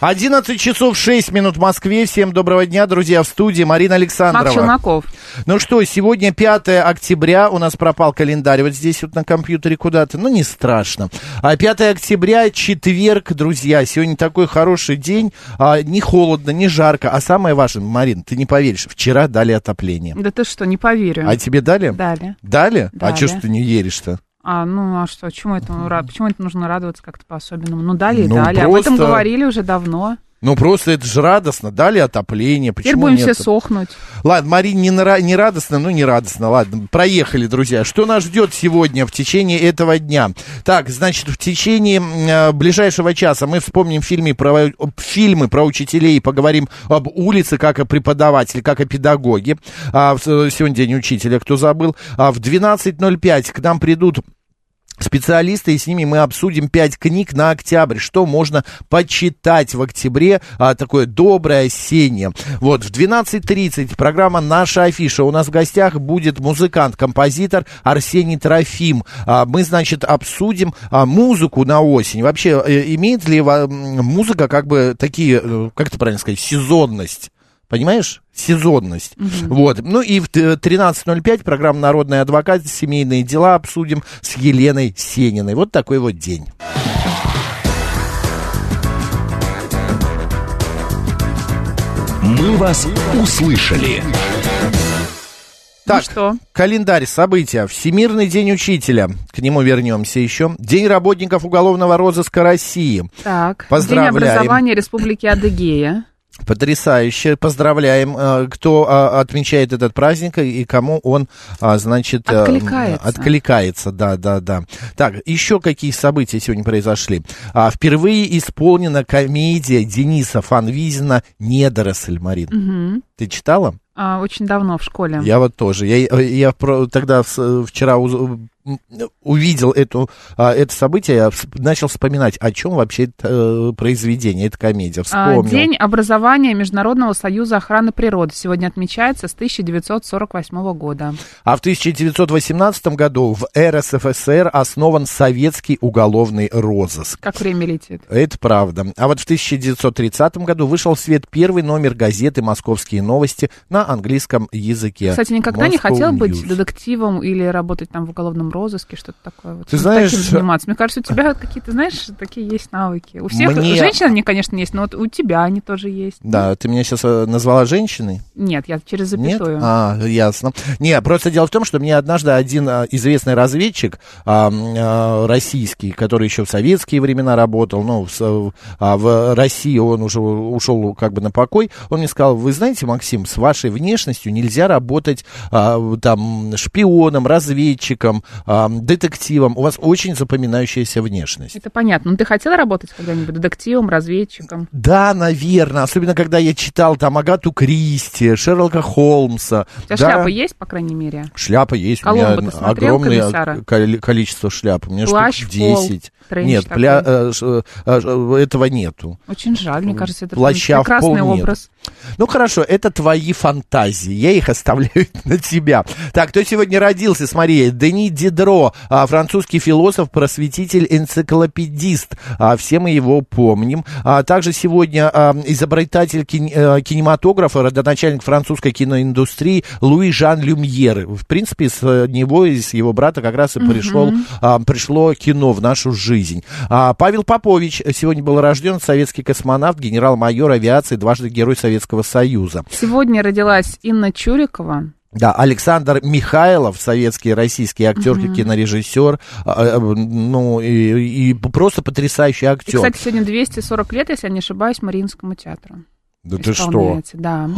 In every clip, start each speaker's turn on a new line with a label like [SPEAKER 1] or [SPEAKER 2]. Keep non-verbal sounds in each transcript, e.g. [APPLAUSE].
[SPEAKER 1] 11 часов 6 минут в Москве. Всем доброго дня, друзья, в студии Марина
[SPEAKER 2] Мак
[SPEAKER 1] Александрова.
[SPEAKER 2] Челноков.
[SPEAKER 1] Ну что, сегодня 5 октября, у нас пропал календарь вот здесь вот на компьютере куда-то, ну не страшно. А 5 октября, четверг, друзья, сегодня такой хороший день, а, не холодно, не жарко, а самое важное, Марин, ты не поверишь, вчера дали отопление.
[SPEAKER 2] Да ты что, не поверю.
[SPEAKER 1] А тебе дали?
[SPEAKER 2] Дали.
[SPEAKER 1] Дали? А
[SPEAKER 2] Дали.
[SPEAKER 1] что ж ты не веришь-то?
[SPEAKER 2] А, ну а что, чему этому, ра- почему это нужно радоваться как-то по-особенному? Ну дали и
[SPEAKER 1] Ну,
[SPEAKER 2] дали. Об этом
[SPEAKER 1] просто-
[SPEAKER 2] говорили уже давно.
[SPEAKER 1] Ну просто это же радостно, дали отопление,
[SPEAKER 2] Теперь
[SPEAKER 1] почему
[SPEAKER 2] будем все
[SPEAKER 1] нет?
[SPEAKER 2] сохнуть. Ну
[SPEAKER 1] Ладно, Марин, не, нара- не радостно, ну не радостно, ладно. Проехали, друзья. Что нас ждет сегодня в течение этого дня? Так, значит, в течение м, э, ближайшего часа мы вспомним фильмы про, э, фильмы про учителей, поговорим об улице как о преподавателе, как о педагоге. А, в- э, сегодня день учителя, кто забыл. А, в 12.05 к нам придут специалисты, и с ними мы обсудим 5 книг на октябрь, что можно почитать в октябре, а, такое доброе осеннее. Вот, в 12.30 программа «Наша афиша». У нас в гостях будет музыкант, композитор Арсений Трофим. А, мы, значит, обсудим а, музыку на осень. Вообще, э, имеет ли ва- м, музыка как бы такие, э, как это правильно сказать, сезонность? Понимаешь? Сезонность. Вот. Ну и в т- 13.05 программа «Народный адвокат. Семейные дела» обсудим с Еленой Сениной. Вот такой вот день.
[SPEAKER 3] «Мы вас услышали».
[SPEAKER 1] Так,
[SPEAKER 2] что?
[SPEAKER 1] календарь события. Всемирный день учителя. К нему вернемся еще. День работников уголовного розыска России.
[SPEAKER 2] Так.
[SPEAKER 1] Поздравляем.
[SPEAKER 2] День образования Республики Адыгея.
[SPEAKER 1] Потрясающе. Поздравляем, э, кто э, отмечает этот праздник и кому он, а, значит, э,
[SPEAKER 2] Откликается.
[SPEAKER 1] откликается. Да, да, да. Так, еще какие события сегодня произошли? А, Впервые исполнена комедия Дениса Фанвизина «Недоросль», Марин. Ты читала?
[SPEAKER 2] А, очень давно в школе.
[SPEAKER 1] Я вот тоже. Я, э, я про- тогда с- вчера уз- м, увидел эту, а, это событие, я вс- начал вспоминать, о чем вообще это э, произведение, это комедия.
[SPEAKER 2] А,
[SPEAKER 1] Вспомнил.
[SPEAKER 2] День образования Международного союза охраны природы сегодня отмечается с 1948 года.
[SPEAKER 1] А в 1918 году в РСФСР основан советский уголовный розыск.
[SPEAKER 2] Как время летит.
[SPEAKER 1] Это правда. А вот в 1930 году вышел в свет первый номер газеты «Московские новости» на английском языке.
[SPEAKER 2] Кстати, никогда не
[SPEAKER 1] Moscow
[SPEAKER 2] хотел быть
[SPEAKER 1] News.
[SPEAKER 2] детективом или работать там в уголовном розыске, что-то такое. Вот.
[SPEAKER 1] Ты
[SPEAKER 2] Вот
[SPEAKER 1] знаешь,
[SPEAKER 2] таким заниматься. Мне кажется, у тебя какие-то, знаешь, такие есть навыки. У всех,
[SPEAKER 1] Мне-
[SPEAKER 2] у женщин они, конечно, есть, но вот у тебя они тоже есть.
[SPEAKER 1] Да, ты меня сейчас назвала женщиной?
[SPEAKER 2] Нет, я через
[SPEAKER 1] Нет?
[SPEAKER 2] запятую.
[SPEAKER 1] А, ясно. Не, просто дело в том, что мне однажды один а, известный разведчик а, м, а, российский, который еще в советские времена работал, ну, в, со- а, в России он уже ушел как бы на покой, он мне сказал, вы знаете, Максим, с вашей внешностью нельзя работать а, в- там шпионом, разведчиком, а, м, детективом. У вас очень запоминающаяся внешность.
[SPEAKER 2] Это понятно. Но ты хотела работать когда-нибудь детективом, разведчиком?
[SPEAKER 1] Да, наверное, особенно когда я читал там Агату Кристи, Шерлока Холмса.
[SPEAKER 2] У тебя
[SPEAKER 1] Да.
[SPEAKER 2] шляпа есть, по крайней мере?
[SPEAKER 1] Шляпа есть, у
[SPEAKER 2] Коломбо
[SPEAKER 1] меня
[SPEAKER 2] ты смотрел,
[SPEAKER 1] огромное
[SPEAKER 2] комиссара?
[SPEAKER 1] кол- количество шляп, у меня
[SPEAKER 2] Плащ
[SPEAKER 1] штук
[SPEAKER 2] в пол,
[SPEAKER 1] 10.
[SPEAKER 2] тренч
[SPEAKER 1] нет,
[SPEAKER 2] такой.
[SPEAKER 1] пля- э, ш- э, ж- этого нету.
[SPEAKER 2] Очень жаль, мне кажется, это
[SPEAKER 1] Плаща в пол
[SPEAKER 2] прекрасный
[SPEAKER 1] нет.
[SPEAKER 2] образ.
[SPEAKER 1] Ну хорошо, это твои фантазии, я их оставляю [LAUGHS] на тебя. Так, кто сегодня родился, смотри, Дени Дидро, а, французский философ, просветитель, энциклопедист, А, все мы его помним. А, Также сегодня а, изобретатель кин- э, кинематографа, родоначальник французской киноиндустрии Луи Жан Люмьер. В принципе, с э, него и с его брата как раз и пришел, а, пришло кино в нашу жизнь. А, Павел Попович сегодня был рожден, советский космонавт, генерал-майор авиации, дважды Герой Советского Союза.
[SPEAKER 2] Сегодня родилась Инна Чурикова.
[SPEAKER 1] Да, Александр Михайлов, советский российский актер, кинорежиссер, а, э, ну и, и просто потрясающий
[SPEAKER 2] И,
[SPEAKER 1] актер.
[SPEAKER 2] кстати, сегодня 240 лет, если я не ошибаюсь, Мариинскому театру.
[SPEAKER 1] Да ты что?
[SPEAKER 2] исполняете, Да.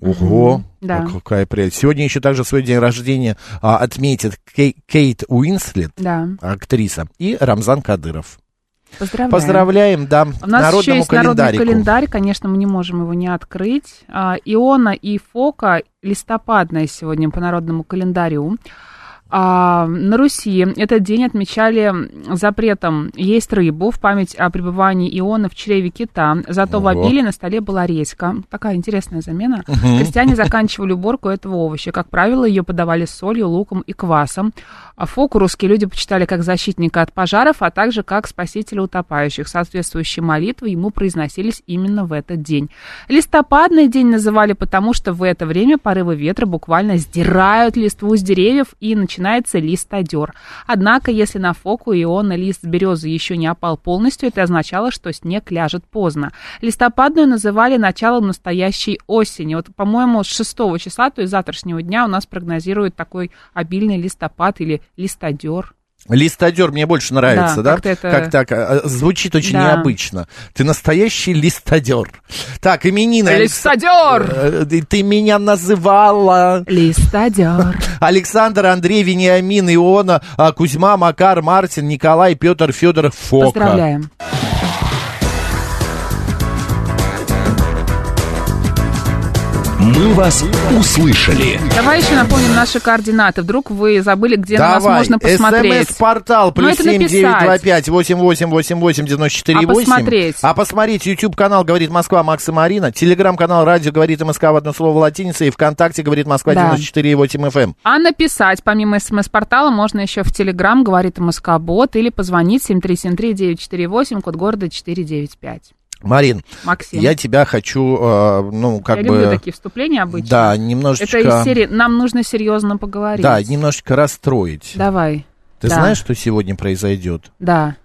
[SPEAKER 1] Ого,
[SPEAKER 2] Да.
[SPEAKER 1] а какая прелесть. Сегодня еще также свой день рождения а, отметит Кей- Кейт Уинслет,
[SPEAKER 2] Да.
[SPEAKER 1] актриса, и Рамзан Кадыров.
[SPEAKER 2] Поздравляем.
[SPEAKER 1] Поздравляем, да,
[SPEAKER 2] У нас еще
[SPEAKER 1] народному
[SPEAKER 2] есть народный
[SPEAKER 1] календарику.
[SPEAKER 2] календарь, конечно, мы не можем его не открыть. А, Иона и Фока листопадная сегодня по народному календарю. А, на Руси этот день отмечали запретом есть рыбу в память о пребывании иона в чреве кита. Зато в
[SPEAKER 1] Ого.
[SPEAKER 2] обилии на столе была редька. Такая интересная замена. Крестьяне заканчивали уборку этого овоща. Как правило, ее подавали с солью, луком и квасом. А фоку русские люди почитали как защитника от пожаров, а также как спасителя утопающих. Соответствующие молитвы ему произносились именно в этот день. Листопадный день называли потому, что в это время порывы ветра буквально сдирают листву с деревьев и начинается листодер. Однако, если на фоку иона лист с березы еще не опал полностью, это означало, что снег ляжет поздно. Листопадную называли началом настоящей осени. Вот, по-моему, с 6 числа, то есть завтрашнего дня, у нас прогнозируют такой обильный листопад или листодер.
[SPEAKER 1] Листодер мне больше нравится, да?
[SPEAKER 2] Да, как-то это-
[SPEAKER 1] Как так? а, а, Звучит очень
[SPEAKER 2] Да.
[SPEAKER 1] необычно. Ты настоящий листодер. Так, именина... Алекс-
[SPEAKER 2] Листодер!
[SPEAKER 1] Э, Ты ты меня называла.
[SPEAKER 2] Листодер.
[SPEAKER 1] Александр, Андрей, Вениамин, Иона, а, Кузьма, Макар, Мартин, Николай, Петр, Федор, Фока.
[SPEAKER 2] Поздравляем.
[SPEAKER 3] «Мы вас услышали».
[SPEAKER 2] Давай еще напомним наши координаты. Вдруг вы забыли, где на
[SPEAKER 1] Давай,
[SPEAKER 2] нас можно посмотреть. Ну,
[SPEAKER 1] смс-портал, плюс
[SPEAKER 2] это
[SPEAKER 1] семь, девять, два,
[SPEAKER 2] написать.
[SPEAKER 1] пять, восемь, восемь, восемь, восемь, девяносто четыре,
[SPEAKER 2] А посмотреть?
[SPEAKER 1] А посмотреть YouTube-канал «Говорит Москва» Макс и Марина, телеграм-канал «Радио говорит МСК» в одно слово латиница и ВКонтакте «Говорит Москва»
[SPEAKER 2] Да.
[SPEAKER 1] 94,8 FM.
[SPEAKER 2] А написать, помимо смс-портала, можно еще в Телеграм, говорит МСК Бот, или позвонить 7373948, код города 495.
[SPEAKER 1] Марин,
[SPEAKER 2] Максим,
[SPEAKER 1] я тебя хочу, э, ну, как
[SPEAKER 2] я
[SPEAKER 1] бы...
[SPEAKER 2] люблю такие вступления обычно.
[SPEAKER 1] Да, немножечко...
[SPEAKER 2] Это из серии «Нам нужно серьезно поговорить».
[SPEAKER 1] Да, немножечко расстроить.
[SPEAKER 2] Давай.
[SPEAKER 1] Ты
[SPEAKER 2] Да.
[SPEAKER 1] знаешь, что сегодня произойдет?
[SPEAKER 2] Да.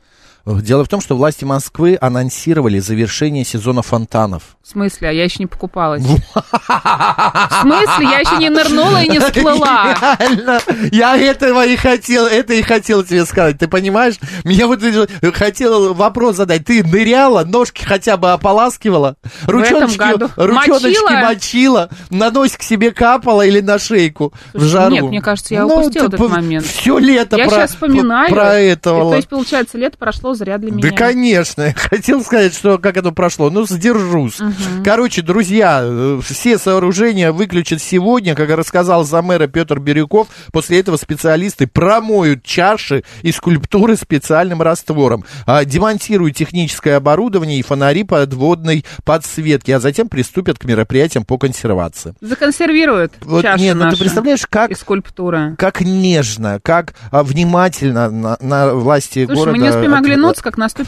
[SPEAKER 1] Дело в том, что власти Москвы анонсировали завершение сезона фонтанов.
[SPEAKER 2] В смысле? А я еще не
[SPEAKER 1] [LAUGHS]
[SPEAKER 2] покупалась. В смысле? Я еще не нырнула и не всплыла.
[SPEAKER 1] [LAUGHS] Реально, я этого и хотел, это и хотел тебе сказать, ты понимаешь? Меня вот это вот- хотел вопрос задать, ты ныряла, ножки хотя бы ополаскивала, ручоночки,
[SPEAKER 2] году
[SPEAKER 1] ручоночки
[SPEAKER 2] мочила?
[SPEAKER 1] мочила, на носик себе капала или на шейку в
[SPEAKER 2] Слушай,
[SPEAKER 1] жару? Ну,
[SPEAKER 2] нет, мне кажется, я упустила этот момент.
[SPEAKER 1] Все лето
[SPEAKER 2] Я
[SPEAKER 1] про,
[SPEAKER 2] сейчас вспоминаю.
[SPEAKER 1] про
[SPEAKER 2] И,
[SPEAKER 1] этого.
[SPEAKER 2] То есть, получается, лето прошло зря для меня.
[SPEAKER 1] Да, конечно. Я Хотел сказать, что как оно прошло. Ну, сдержусь. Короче, друзья, э, все сооружения выключат сегодня, как рассказал за мэра Петр Бирюков. После этого специалисты промоют чаши и скульптуры специальным раствором. А, Демонтируют техническое оборудование и фонари подводной подсветки, а затем приступят к мероприятиям по консервации.
[SPEAKER 2] Законсервируют
[SPEAKER 1] Вот,
[SPEAKER 2] чаши
[SPEAKER 1] нет, ну ты
[SPEAKER 2] наши
[SPEAKER 1] представляешь, как
[SPEAKER 2] и скульптура.
[SPEAKER 1] как нежно, как а, внимательно на, на власти
[SPEAKER 2] Слушай,
[SPEAKER 1] города.
[SPEAKER 2] мы не успеем
[SPEAKER 1] от- э,
[SPEAKER 2] оглянуться, как наступит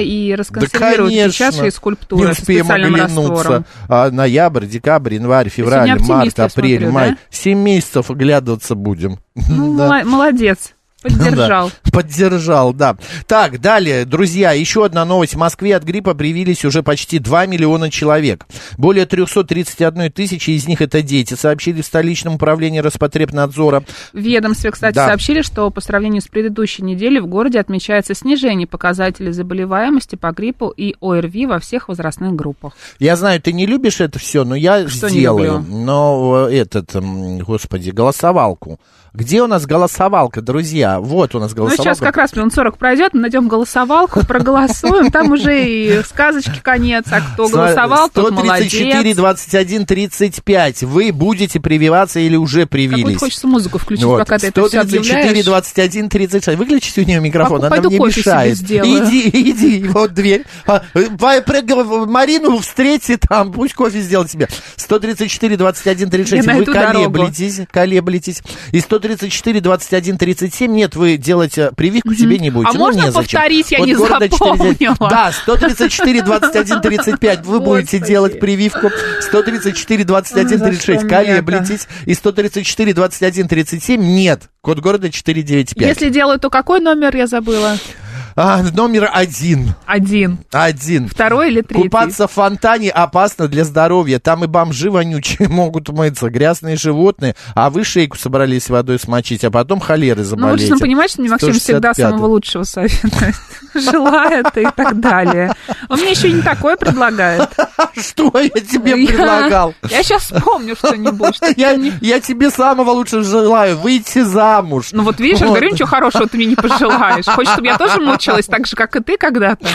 [SPEAKER 2] весна, и расконсервируют эти чаши и скульптуры
[SPEAKER 1] Не
[SPEAKER 2] со
[SPEAKER 1] успеем
[SPEAKER 2] специальным раствором.
[SPEAKER 1] оглянуться. А, ноябрь, декабрь, январь, февраль,
[SPEAKER 2] сегодня
[SPEAKER 1] март,
[SPEAKER 2] оптимист, я
[SPEAKER 1] апрель,
[SPEAKER 2] смотрю,
[SPEAKER 1] май.
[SPEAKER 2] да?
[SPEAKER 1] Семь месяцев оглядываться будем. [LAUGHS]
[SPEAKER 2] Ну,
[SPEAKER 1] Да. Ну
[SPEAKER 2] мала-
[SPEAKER 1] [LAUGHS]
[SPEAKER 2] молодец, поддержал.
[SPEAKER 1] Да, поддержал, да. Так, далее, друзья, еще одна новость. В Москве от гриппа привились уже почти 2 миллиона человек. Более 331 тысячи из них это дети, сообщили в столичном управлении Роспотребнадзора.
[SPEAKER 2] В ведомстве, кстати,
[SPEAKER 1] Да.
[SPEAKER 2] сообщили, что по сравнению с предыдущей неделей в городе отмечается снижение показателей заболеваемости по гриппу и ОРВИ во всех возрастных группах.
[SPEAKER 1] Я знаю, ты не любишь это все, но я
[SPEAKER 2] Что не
[SPEAKER 1] сделаю.
[SPEAKER 2] люблю?
[SPEAKER 1] но э, этот, м, господи, голосовалку. Где у нас голосовалка, друзья? Вот у нас
[SPEAKER 2] Ну,
[SPEAKER 1] голосовалка.
[SPEAKER 2] сейчас как раз минут 40 пройдет, мы найдем голосовалку, проголосуем, там уже и сказочки конец, а кто голосовал, тот молодец.
[SPEAKER 1] 21, 35. Вы будете прививаться или уже
[SPEAKER 2] Как будто
[SPEAKER 1] привились?
[SPEAKER 2] хочется музыку включить,
[SPEAKER 1] Вот.
[SPEAKER 2] пока ты это все
[SPEAKER 1] 134,
[SPEAKER 2] объявляешь.
[SPEAKER 1] 21, 36. Выключите у нее микрофон,
[SPEAKER 2] Пойду
[SPEAKER 1] она мне
[SPEAKER 2] кофе себе
[SPEAKER 1] мешает.
[SPEAKER 2] сделаю.
[SPEAKER 1] Иди, [LAUGHS] иди, вот дверь. А, э, пой- прыг- Марину встрети там, пусть кофе сделает себе. 134, 21, 36.
[SPEAKER 2] Я
[SPEAKER 1] Вы
[SPEAKER 2] найду дорогу.
[SPEAKER 1] колеблетесь, колеблетесь. И 134, 21, 37. Нет, вы делать э, прививку себе не будете.
[SPEAKER 2] А
[SPEAKER 1] Ну,
[SPEAKER 2] можно
[SPEAKER 1] незачем.
[SPEAKER 2] повторить? Я не
[SPEAKER 1] города 49.
[SPEAKER 2] запомнила.
[SPEAKER 1] Да, 134, 21, 35. Вы будете
[SPEAKER 2] Господи.
[SPEAKER 1] делать прививку. 134, 21,
[SPEAKER 2] Ой, за что
[SPEAKER 1] 36.
[SPEAKER 2] меня-то?
[SPEAKER 1] Колеблетесь. И 134, 21, 37 нет. Код города 495.
[SPEAKER 2] Если делаю, то какой номер я забыла?
[SPEAKER 1] А, номер один.
[SPEAKER 2] Один.
[SPEAKER 1] Один.
[SPEAKER 2] Второй или третий?
[SPEAKER 1] Купаться в фонтане опасно для здоровья. Там и бомжи вонючие [LAUGHS] могут мыться, грязные животные, а вы шейку собрались водой смочить, а потом холеры
[SPEAKER 2] Ну,
[SPEAKER 1] заболеете.
[SPEAKER 2] в общем, понимаешь, что мне Максим всегда
[SPEAKER 1] 165.
[SPEAKER 2] самого лучшего советует. [LAUGHS] Желает и так далее. Он мне еще и не такое предлагает.
[SPEAKER 1] Что [LAUGHS] я тебе
[SPEAKER 2] Я- [LAUGHS]
[SPEAKER 1] предлагал?
[SPEAKER 2] Я сейчас вспомню что-нибудь. что
[SPEAKER 1] Я, я тебе самого лучшего желаю выйти замуж.
[SPEAKER 2] Ну вот видишь, я
[SPEAKER 1] Вот.
[SPEAKER 2] говорю, ничего хорошего ты мне не пожелаешь. Хочешь, чтобы я тоже мучилась так же, как и ты когда-то?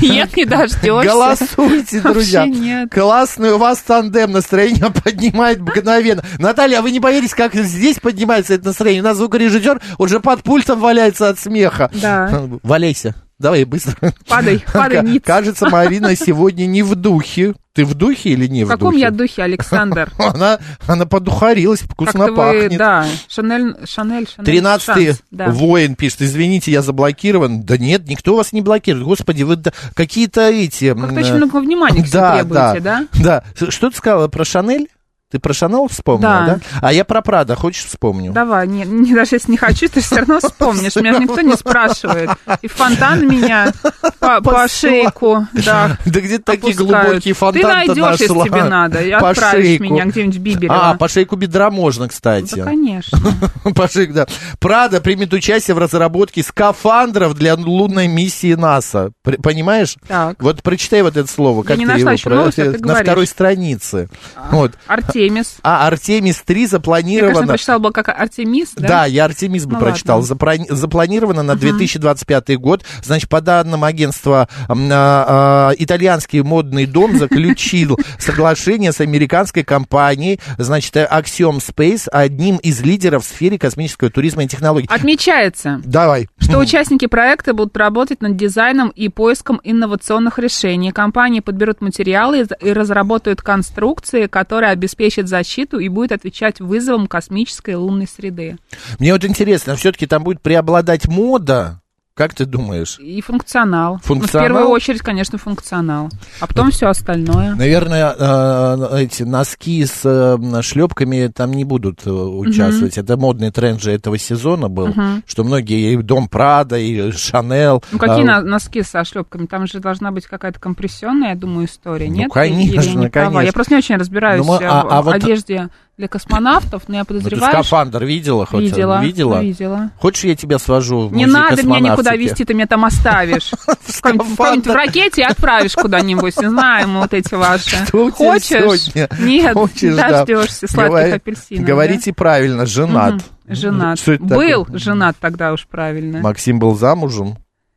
[SPEAKER 2] Нет, не дождешься.
[SPEAKER 1] Голосуйте,
[SPEAKER 2] Вообще
[SPEAKER 1] друзья.
[SPEAKER 2] нет.
[SPEAKER 1] Классный у вас тандем. Настроение [LAUGHS] поднимает мгновенно. Наталья, а вы не поверите, как здесь поднимается это настроение? У нас звукорежиссер уже под пультом валяется от смеха.
[SPEAKER 2] Да.
[SPEAKER 1] Валяйся. Давай быстро.
[SPEAKER 2] Падай, падай,
[SPEAKER 1] Ка-
[SPEAKER 2] ниц.
[SPEAKER 1] [LAUGHS] Кажется, Марина сегодня не в духе. Ты в духе или не в,
[SPEAKER 2] В каком
[SPEAKER 1] духе?
[SPEAKER 2] я духе, Александр?
[SPEAKER 1] [LAUGHS] Она, она подухарилась, вкусно
[SPEAKER 2] Как-то вы,
[SPEAKER 1] пахнет.
[SPEAKER 2] да, Шанель, Шанель, Шанель.
[SPEAKER 1] Тринадцатый
[SPEAKER 2] Шанс, да.
[SPEAKER 1] воин пишет, извините, я заблокирован. Да нет, никто вас не блокирует. Господи, вы да- какие-то эти... м,
[SPEAKER 2] Как-то
[SPEAKER 1] э,
[SPEAKER 2] очень много
[SPEAKER 1] [LAUGHS]
[SPEAKER 2] внимания к себе требуете, да?
[SPEAKER 1] Да. С- Что ты сказала про Шанель? Ты про Шанель вспомнила,
[SPEAKER 2] Да.
[SPEAKER 1] да? А я про Прада, хочешь вспомню?
[SPEAKER 2] Давай, не, не, даже если не хочу, ты все равно вспомнишь. Меня никто не спрашивает. И в фонтан меня по, по
[SPEAKER 1] Посла-
[SPEAKER 2] шейку, да,
[SPEAKER 1] Да где ты [LAUGHS] такие
[SPEAKER 2] опускают. Ты
[SPEAKER 1] глубокие фонтаны
[SPEAKER 2] найдешь, если тебе надо,
[SPEAKER 1] [LAUGHS]
[SPEAKER 2] и отправишь меня где-нибудь в Биберево.
[SPEAKER 1] А, по шейку бедра можно, кстати.
[SPEAKER 2] Да, конечно.
[SPEAKER 1] [LAUGHS] По шейку, да. Прада примет участие в разработке скафандров для лунной миссии НАСА. Пр- Понимаешь?
[SPEAKER 2] Так.
[SPEAKER 1] Вот прочитай вот это слово, как
[SPEAKER 2] не
[SPEAKER 1] ты
[SPEAKER 2] нашла
[SPEAKER 1] его э,
[SPEAKER 2] еще новости, а ты
[SPEAKER 1] на
[SPEAKER 2] говоришь. А.
[SPEAKER 1] второй странице. Вот.
[SPEAKER 2] Артемис.
[SPEAKER 1] А Артемис-3
[SPEAKER 2] Я, конечно,
[SPEAKER 1] запланировано...
[SPEAKER 2] прочитала бы как Артемис,
[SPEAKER 1] Да,
[SPEAKER 2] да?
[SPEAKER 1] я Артемис бы
[SPEAKER 2] Ну,
[SPEAKER 1] прочитал.
[SPEAKER 2] ладно.
[SPEAKER 1] Запро- Запланировано на 2025 год. Значит, по данным агентства, м, а, а, итальянский модный дом
[SPEAKER 2] [LAUGHS]
[SPEAKER 1] заключил соглашение с американской компанией, значит, э, Axiom Space, одним из лидеров в сфере космического туризма и технологий.
[SPEAKER 2] А Отмечается,
[SPEAKER 1] Давай. [LAUGHS]
[SPEAKER 2] что участники проекта будут работать над дизайном и поиском инновационных решений. Компании подберут материалы и за- и разработают конструкции, которые обеспечат защиту и будут отвечать вызовам космической и лунной среды.
[SPEAKER 1] Мне вот интересно, все-таки там будет преобладать мода? Как ты думаешь?
[SPEAKER 2] И функционал.
[SPEAKER 1] Функционал?
[SPEAKER 2] Ну, в первую очередь, конечно, функционал. А потом все остальное.
[SPEAKER 1] Наверное, э, эти носки с э, шлепками там не будут э, участвовать. Это модный тренд же этого сезона был, что многие и дом Прада, и Шанел.
[SPEAKER 2] Ну, какие
[SPEAKER 1] э,
[SPEAKER 2] на- носки со шлепками? Там же должна быть какая-то компрессионная, я думаю, история,
[SPEAKER 1] Ну,
[SPEAKER 2] нет?
[SPEAKER 1] конечно,
[SPEAKER 2] Или я не права?
[SPEAKER 1] конечно.
[SPEAKER 2] Я просто не очень разбираюсь
[SPEAKER 1] Ну, мы- а-
[SPEAKER 2] э,
[SPEAKER 1] а
[SPEAKER 2] в
[SPEAKER 1] вот-
[SPEAKER 2] одежде для космонавтов, но я
[SPEAKER 1] ну, ты
[SPEAKER 2] подозреваю, что
[SPEAKER 1] скафандр видела хоть?
[SPEAKER 2] видела. Ну,
[SPEAKER 1] Видела?
[SPEAKER 2] видела.
[SPEAKER 1] Хочешь, я тебя свожу в
[SPEAKER 2] Не
[SPEAKER 1] музей
[SPEAKER 2] надо меня никуда
[SPEAKER 1] космонавтики?
[SPEAKER 2] вести, ты меня там
[SPEAKER 1] [LAUGHS]
[SPEAKER 2] оставишь. В каком-нибудь в каком-нибудь в ракете и отправишь куда-нибудь. Не знаю, мы вот эти ваши.
[SPEAKER 1] [LAUGHS] Что у тебя
[SPEAKER 2] Хочешь?
[SPEAKER 1] сегодня?
[SPEAKER 2] Нет,
[SPEAKER 1] [LAUGHS] Хочешь, да.
[SPEAKER 2] дождешься сладких
[SPEAKER 1] Говори-
[SPEAKER 2] апельсинов. да?
[SPEAKER 1] Говорите правильно, женат.
[SPEAKER 2] Мгм, Женат.
[SPEAKER 1] Что это такое?
[SPEAKER 2] Был женат тогда уж правильно.
[SPEAKER 1] Максим был замужем?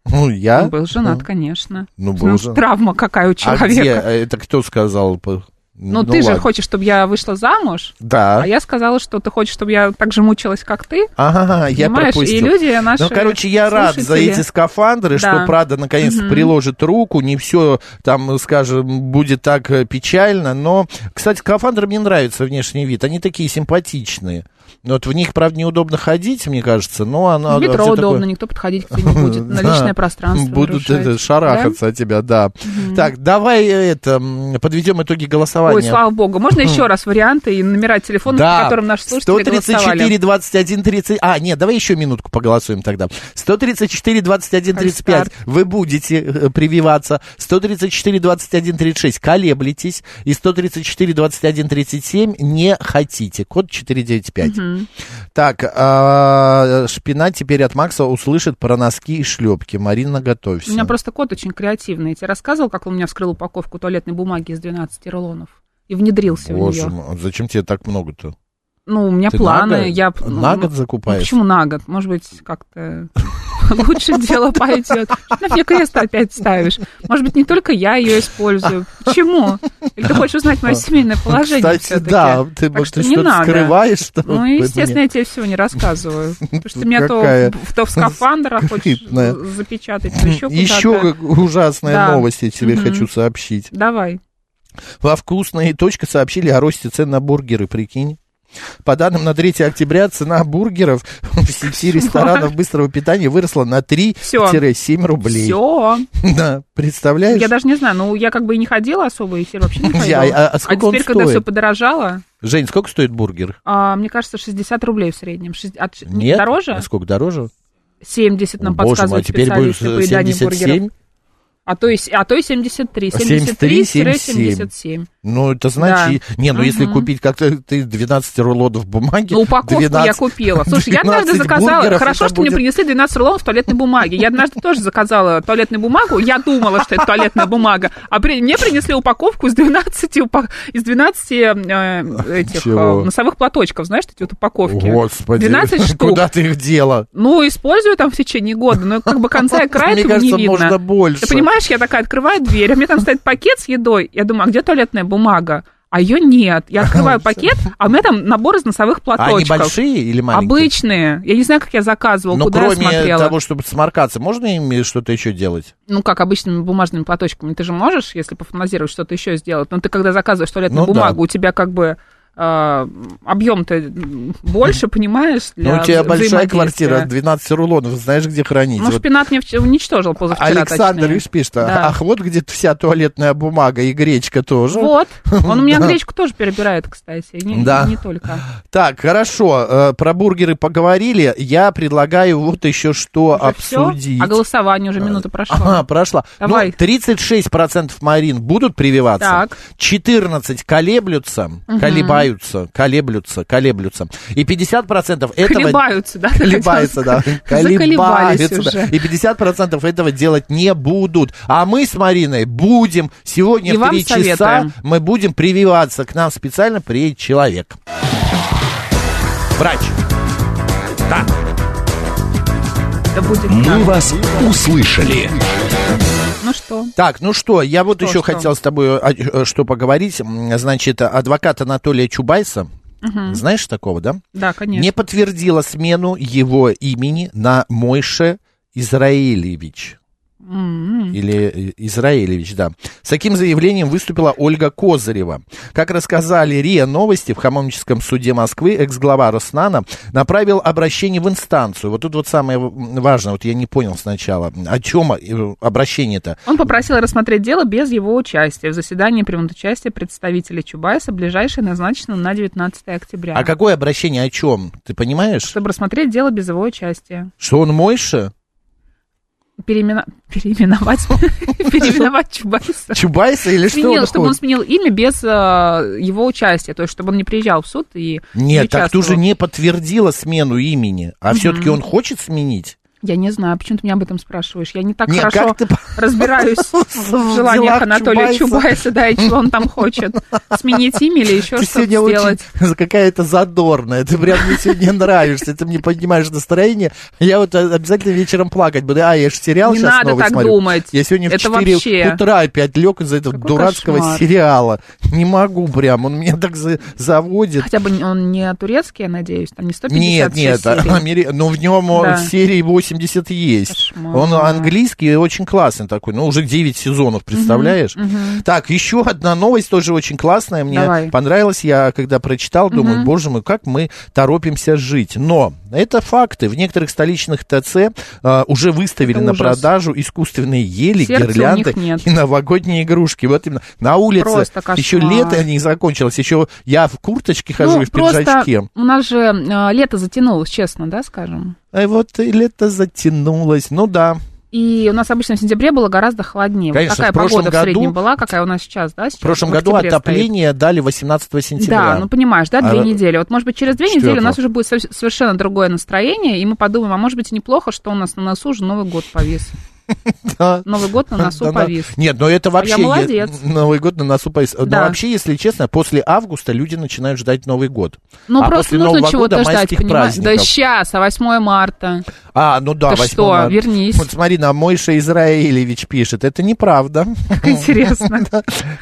[SPEAKER 1] Ну, я?
[SPEAKER 2] Ну, Был женат, конечно.
[SPEAKER 1] Ну, был
[SPEAKER 2] Ну,
[SPEAKER 1] женат.
[SPEAKER 2] Травма какая у
[SPEAKER 1] А где?
[SPEAKER 2] человека.
[SPEAKER 1] Это кто сказал? П-
[SPEAKER 2] Ну, ты же
[SPEAKER 1] ладно.
[SPEAKER 2] хочешь, чтобы я вышла замуж,
[SPEAKER 1] Да.
[SPEAKER 2] а я сказала, что ты хочешь, чтобы я так же мучилась, как ты.
[SPEAKER 1] Ага, я
[SPEAKER 2] понимаешь?
[SPEAKER 1] пропустил.
[SPEAKER 2] И люди наши
[SPEAKER 1] Ну, короче, я рад за
[SPEAKER 2] слушатели.
[SPEAKER 1] эти
[SPEAKER 2] Да.
[SPEAKER 1] скафандры, что Прада наконец-то приложит руку, не все там, скажем, будет так э, печально, но, кстати, скафандры мне нравится внешний вид, они такие симпатичные. Вот в них, правда, неудобно ходить, мне кажется, но оно...
[SPEAKER 2] В метро
[SPEAKER 1] всё такое-
[SPEAKER 2] удобно, никто подходить к тебе не будет,
[SPEAKER 1] [LAUGHS]
[SPEAKER 2] на
[SPEAKER 1] Да.
[SPEAKER 2] личное пространство
[SPEAKER 1] Будут
[SPEAKER 2] нарушать.
[SPEAKER 1] это, шарахаться от тебя, да. Так, давай э, это, м, подведем итоги
[SPEAKER 2] Да? Ой,
[SPEAKER 1] голосования.
[SPEAKER 2] слава богу. Можно еще раз варианты и номера телефонов,
[SPEAKER 1] Хм. Да.
[SPEAKER 2] по которым наши слушатели
[SPEAKER 1] 134,
[SPEAKER 2] голосовали?
[SPEAKER 1] 21, 30. А, нет, давай еще минутку поголосуем тогда. 134, 21, 35.
[SPEAKER 2] Альстарт.
[SPEAKER 1] Вы будете э, прививаться. 134, 21, 36. Колеблетесь. И 134, 21, 37. Не хотите. Код 495. Так, а, Шпина теперь от Макса услышит про носки и шлепки. Марина, готовься.
[SPEAKER 2] У меня просто кот очень креативный. Я тебе рассказывал, как он у меня вскрыл упаковку туалетной бумаги из 12 рулонов и внедрился
[SPEAKER 1] Боже
[SPEAKER 2] в нее.
[SPEAKER 1] мой, а зачем тебе так много-то?
[SPEAKER 2] Ну, у меня
[SPEAKER 1] Ты
[SPEAKER 2] планы.
[SPEAKER 1] на год,
[SPEAKER 2] я,
[SPEAKER 1] на
[SPEAKER 2] ну,
[SPEAKER 1] год
[SPEAKER 2] Ну,
[SPEAKER 1] закупаешь?
[SPEAKER 2] почему на год? Может быть, как-то [LAUGHS] лучше дело пойдет. Что ты на мне крест опять ставишь? Может быть, не только я ее использую. Почему? Или ты хочешь узнать мое семейное положение
[SPEAKER 1] А, Кстати,
[SPEAKER 2] всё-таки?
[SPEAKER 1] да, ты,
[SPEAKER 2] Так
[SPEAKER 1] вот
[SPEAKER 2] что
[SPEAKER 1] ты
[SPEAKER 2] не
[SPEAKER 1] что-то
[SPEAKER 2] надо.
[SPEAKER 1] скрываешь. там. [LAUGHS]
[SPEAKER 2] Ну,
[SPEAKER 1] Мне-
[SPEAKER 2] естественно, я тебе всего не
[SPEAKER 1] [LAUGHS]
[SPEAKER 2] рассказываю. Потому что ты меня то,
[SPEAKER 1] Какая
[SPEAKER 2] в- то в скафандр
[SPEAKER 1] [LAUGHS]
[SPEAKER 2] хочешь
[SPEAKER 1] скрытная.
[SPEAKER 2] запечатать, то
[SPEAKER 1] [LAUGHS]
[SPEAKER 2] еще куда-то.
[SPEAKER 1] Еще как ужасная
[SPEAKER 2] Да.
[SPEAKER 1] новость я тебе
[SPEAKER 2] Мгм.
[SPEAKER 1] хочу сообщить.
[SPEAKER 2] Давай.
[SPEAKER 1] Во вкусной точке сообщили о росте цен на бургеры, прикинь. По данным на 3 октября цена бургеров [LAUGHS] в сети ресторанов быстрого питания выросла на 3-7 рублей.
[SPEAKER 2] Все.
[SPEAKER 1] [LAUGHS] Да, представляешь?
[SPEAKER 2] Я даже не знаю. Ну, я как бы и не ходила особо, и теперь вообще не
[SPEAKER 1] [LAUGHS] Я-
[SPEAKER 2] ходила.
[SPEAKER 1] а- а
[SPEAKER 2] А
[SPEAKER 1] сколько он
[SPEAKER 2] теперь, когда
[SPEAKER 1] стоит?
[SPEAKER 2] все подорожало,
[SPEAKER 1] Жень, сколько стоит бургер?
[SPEAKER 2] а, мне кажется, 60 рублей в среднем. Шесть- от-
[SPEAKER 1] Нет?
[SPEAKER 2] Дороже?
[SPEAKER 1] А сколько дороже?
[SPEAKER 2] 70 нам
[SPEAKER 1] О, Боже мой,
[SPEAKER 2] подсказывают
[SPEAKER 1] теперь будет
[SPEAKER 2] специалисты по еданию бургеров.
[SPEAKER 1] 77.
[SPEAKER 2] А то, и, с- а то и 73.
[SPEAKER 1] 73,
[SPEAKER 2] 73-77.
[SPEAKER 1] Ну, это значит... Не, ну если купить как-то ты 12 рулонов бумаги...
[SPEAKER 2] Ну, упаковку
[SPEAKER 1] 12
[SPEAKER 2] я купила.
[SPEAKER 1] [LAUGHS]
[SPEAKER 2] Слушай, я однажды
[SPEAKER 1] 12
[SPEAKER 2] заказала...
[SPEAKER 1] бургеров,
[SPEAKER 2] Хорошо,
[SPEAKER 1] это
[SPEAKER 2] что мне
[SPEAKER 1] будет-
[SPEAKER 2] принесли 12 рулонов туалетной бумаги. Я однажды тоже заказала туалетную бумагу. Я думала, что это туалетная бумага. А при- мне принесли упаковку из 12, упа- из 12 э, этих э,
[SPEAKER 1] Чего?
[SPEAKER 2] носовых платочков. Знаешь, эти вот упаковки.
[SPEAKER 1] Господи, [LAUGHS]
[SPEAKER 2] 12 штук.
[SPEAKER 1] куда ты их дела?
[SPEAKER 2] Ну, использую там в течение года, но как бы конца и края
[SPEAKER 1] Мне
[SPEAKER 2] этого не
[SPEAKER 1] кажется,
[SPEAKER 2] видно.
[SPEAKER 1] можно больше.
[SPEAKER 2] Ты понимаешь, я такая открываю дверь, а мне там стоит пакет с едой. Я думаю, а где туалетная бумага? А ее нет. Я открываю пакет, а у меня там набор из носовых
[SPEAKER 1] А они
[SPEAKER 2] платочков.
[SPEAKER 1] большие или маленькие?
[SPEAKER 2] Обычные. Я не знаю, как я заказывала,
[SPEAKER 1] Но
[SPEAKER 2] куда я
[SPEAKER 1] Ну, кроме
[SPEAKER 2] смотрела.
[SPEAKER 1] того, чтобы сморкаться, можно ими что-то еще делать?
[SPEAKER 2] Ну, как обычными бумажными платочками. Ты же можешь, если пофантазировать, что-то еще сделать. Но ты, когда заказываешь туалетную
[SPEAKER 1] Ну да.
[SPEAKER 2] бумагу, у тебя как бы объем-то м, больше, понимаешь?
[SPEAKER 1] Ну,
[SPEAKER 2] для
[SPEAKER 1] у тебя большая
[SPEAKER 2] взаимодействия.
[SPEAKER 1] квартира, 12 рулонов, знаешь, где хранить.
[SPEAKER 2] Ну,
[SPEAKER 1] Вот
[SPEAKER 2] шпинат мне вч- уничтожил позавчера,
[SPEAKER 1] Александр,
[SPEAKER 2] точнее.
[SPEAKER 1] видишь, пишет, а
[SPEAKER 2] Да.
[SPEAKER 1] ах, вот где вся туалетная бумага и гречка тоже.
[SPEAKER 2] Вот. Он у меня
[SPEAKER 1] [LAUGHS] Да.
[SPEAKER 2] гречку тоже перебирает, кстати. Не,
[SPEAKER 1] Да.
[SPEAKER 2] не только.
[SPEAKER 1] Так, хорошо, э, про бургеры поговорили. Я предлагаю вот еще что
[SPEAKER 2] Уже всё?
[SPEAKER 1] обсудить.
[SPEAKER 2] А голосование уже минута прошла.
[SPEAKER 1] Ага, прошла.
[SPEAKER 2] Давай.
[SPEAKER 1] Ну, 36% Марин будут прививаться,
[SPEAKER 2] Так.
[SPEAKER 1] 14 колеблются, колебаются, колеблются, колеблются. И 50% этого...
[SPEAKER 2] Колебаются, да? ты
[SPEAKER 1] Колебаются,
[SPEAKER 2] хотела
[SPEAKER 1] да.
[SPEAKER 2] [LAUGHS] сказать? Заколебались
[SPEAKER 1] Колебаются, да.
[SPEAKER 2] уже.
[SPEAKER 1] И 50% этого делать не будут. А мы с Мариной будем сегодня
[SPEAKER 2] И
[SPEAKER 1] в
[SPEAKER 2] вам
[SPEAKER 1] 3 часа
[SPEAKER 2] советуем.
[SPEAKER 1] мы будем прививаться. К нам специально приедет человек. Врач. Да.
[SPEAKER 2] Это будет
[SPEAKER 1] ну.
[SPEAKER 3] «Мы
[SPEAKER 2] так.
[SPEAKER 3] вас услышали».
[SPEAKER 2] Ну что?
[SPEAKER 1] Так, ну что, я вот
[SPEAKER 2] Что,
[SPEAKER 1] еще
[SPEAKER 2] что?
[SPEAKER 1] хотел с тобой а, э, что поговорить. М, Значит, адвокат Анатолия Чубайса, знаешь такого, да?
[SPEAKER 2] Да,
[SPEAKER 1] Не
[SPEAKER 2] конечно.
[SPEAKER 1] подтвердила смену его имени на Мойше Израилевич.
[SPEAKER 2] М-м.
[SPEAKER 1] Или э, Израилевич, да. С таким заявлением выступила Ольга Козырева. Как рассказали РИА Новости, в Хамомическом суде Москвы экс-глава Роснана направил обращение в инстанцию. Вот тут вот самое м, важное, вот я не понял сначала, о чем э, обращение-то.
[SPEAKER 2] Он попросил рассмотреть дело без его участия. В заседании примут участие представители Чубайса, ближайшее назначено на 19 октября.
[SPEAKER 1] А какое обращение о чем? Ты понимаешь?
[SPEAKER 2] Чтобы рассмотреть дело без его участия.
[SPEAKER 1] Что он Мойша?
[SPEAKER 2] Переимена- [LAUGHS]
[SPEAKER 1] [LAUGHS]
[SPEAKER 2] Переименовать переименовать Чубайса.
[SPEAKER 1] Чубайса или что?
[SPEAKER 2] Сменил,
[SPEAKER 1] он
[SPEAKER 2] чтобы он
[SPEAKER 1] хочет?
[SPEAKER 2] сменил имя без э, его участия, то есть чтобы он не приезжал в суд и не
[SPEAKER 1] Нет, так ты
[SPEAKER 2] участвовал.
[SPEAKER 1] уже не подтвердила смену имени, а все-таки он хочет сменить?
[SPEAKER 2] Я не знаю, почему ты меня об этом спрашиваешь. Я не так
[SPEAKER 1] Не,
[SPEAKER 2] хорошо
[SPEAKER 1] как ты по-
[SPEAKER 2] разбираюсь в
[SPEAKER 1] [LAUGHS] в
[SPEAKER 2] желаниях
[SPEAKER 1] делах
[SPEAKER 2] Анатолия
[SPEAKER 1] Чубайса?
[SPEAKER 2] Чубайса, да, и чего он там хочет. Сменить имя или еще что-то
[SPEAKER 1] Ты сегодня [LAUGHS]
[SPEAKER 2] сделать.
[SPEAKER 1] очень какая-то задорная, ты прям мне сегодня нравишься, ты мне поднимаешь настроение, я вот э, обязательно вечером плакать буду, а я же сериал
[SPEAKER 2] Не
[SPEAKER 1] сейчас
[SPEAKER 2] надо
[SPEAKER 1] новый
[SPEAKER 2] так
[SPEAKER 1] смотрю.
[SPEAKER 2] думать.
[SPEAKER 1] Я сегодня в
[SPEAKER 2] Это
[SPEAKER 1] 4
[SPEAKER 2] вообще.
[SPEAKER 1] утра опять лег из-за этого
[SPEAKER 2] Какой
[SPEAKER 1] дурацкого
[SPEAKER 2] кошмар.
[SPEAKER 1] сериала, не могу прям, он меня так за- заводит.
[SPEAKER 2] Хотя бы он не турецкий, я надеюсь, там не 156
[SPEAKER 1] Нет, нет, а- [LAUGHS]
[SPEAKER 2] серий.
[SPEAKER 1] Амери- но в нем
[SPEAKER 2] Да.
[SPEAKER 1] серии 80 есть.
[SPEAKER 2] Кошмар.
[SPEAKER 1] Он английский и очень классный такой. Ну, уже 9 сезонов, представляешь? Так, еще одна новость тоже очень классная. Мне
[SPEAKER 2] Давай.
[SPEAKER 1] понравилась. Я когда прочитал, думаю, боже мой, как мы торопимся жить. Но это факты. В некоторых столичных ТЦ а, уже выставили
[SPEAKER 2] Это
[SPEAKER 1] на
[SPEAKER 2] ужас.
[SPEAKER 1] продажу искусственные ели,
[SPEAKER 2] Сердца у них
[SPEAKER 1] гирлянды
[SPEAKER 2] нет.
[SPEAKER 1] и новогодние игрушки. Вот именно на улице.
[SPEAKER 2] Просто кошмар.
[SPEAKER 1] Еще лето не закончилось. Еще я в курточке хожу
[SPEAKER 2] Ну,
[SPEAKER 1] и в
[SPEAKER 2] просто
[SPEAKER 1] пиджачке.
[SPEAKER 2] у нас же э, лето затянулось, честно, да, скажем.
[SPEAKER 1] А вот и лето затянулось. Ну да.
[SPEAKER 2] И у нас обычно в сентябре было гораздо холоднее. Вот
[SPEAKER 1] Конечно,
[SPEAKER 2] какая
[SPEAKER 1] в прошлом
[SPEAKER 2] погода в среднем
[SPEAKER 1] году-
[SPEAKER 2] была, какая у нас сейчас, да?
[SPEAKER 1] В прошлом году отопление дали 18 сентября.
[SPEAKER 2] Да, ну понимаешь, да,
[SPEAKER 1] А
[SPEAKER 2] две
[SPEAKER 1] вот
[SPEAKER 2] недели. Вот, может быть, через две недели у нас
[SPEAKER 1] четвертого.
[SPEAKER 2] уже будет сов- совершенно другое настроение, и мы подумаем, а может быть, и неплохо, что у нас на носу уже Новый год повис.
[SPEAKER 1] Да.
[SPEAKER 2] Новый год на носу
[SPEAKER 1] [LAUGHS] Да-да.
[SPEAKER 2] повис. А
[SPEAKER 1] Нет, но это вообще...
[SPEAKER 2] я молодец.
[SPEAKER 1] Новый год на носу повис. Но
[SPEAKER 2] Да.
[SPEAKER 1] вообще, если честно, после августа люди начинают ждать Новый год.
[SPEAKER 2] Ну,
[SPEAKER 1] а
[SPEAKER 2] просто
[SPEAKER 1] после
[SPEAKER 2] нужно
[SPEAKER 1] Нового
[SPEAKER 2] чего-то
[SPEAKER 1] года
[SPEAKER 2] ждать,
[SPEAKER 1] майских
[SPEAKER 2] понимаешь? Да
[SPEAKER 1] праздников.
[SPEAKER 2] сейчас, а 8 марта.
[SPEAKER 1] А, ну да,
[SPEAKER 2] Ты
[SPEAKER 1] 8
[SPEAKER 2] что,
[SPEAKER 1] марта.
[SPEAKER 2] вернись.
[SPEAKER 1] Вот смотри, на Мойша Израилевич пишет. Это неправда.
[SPEAKER 2] Как интересно.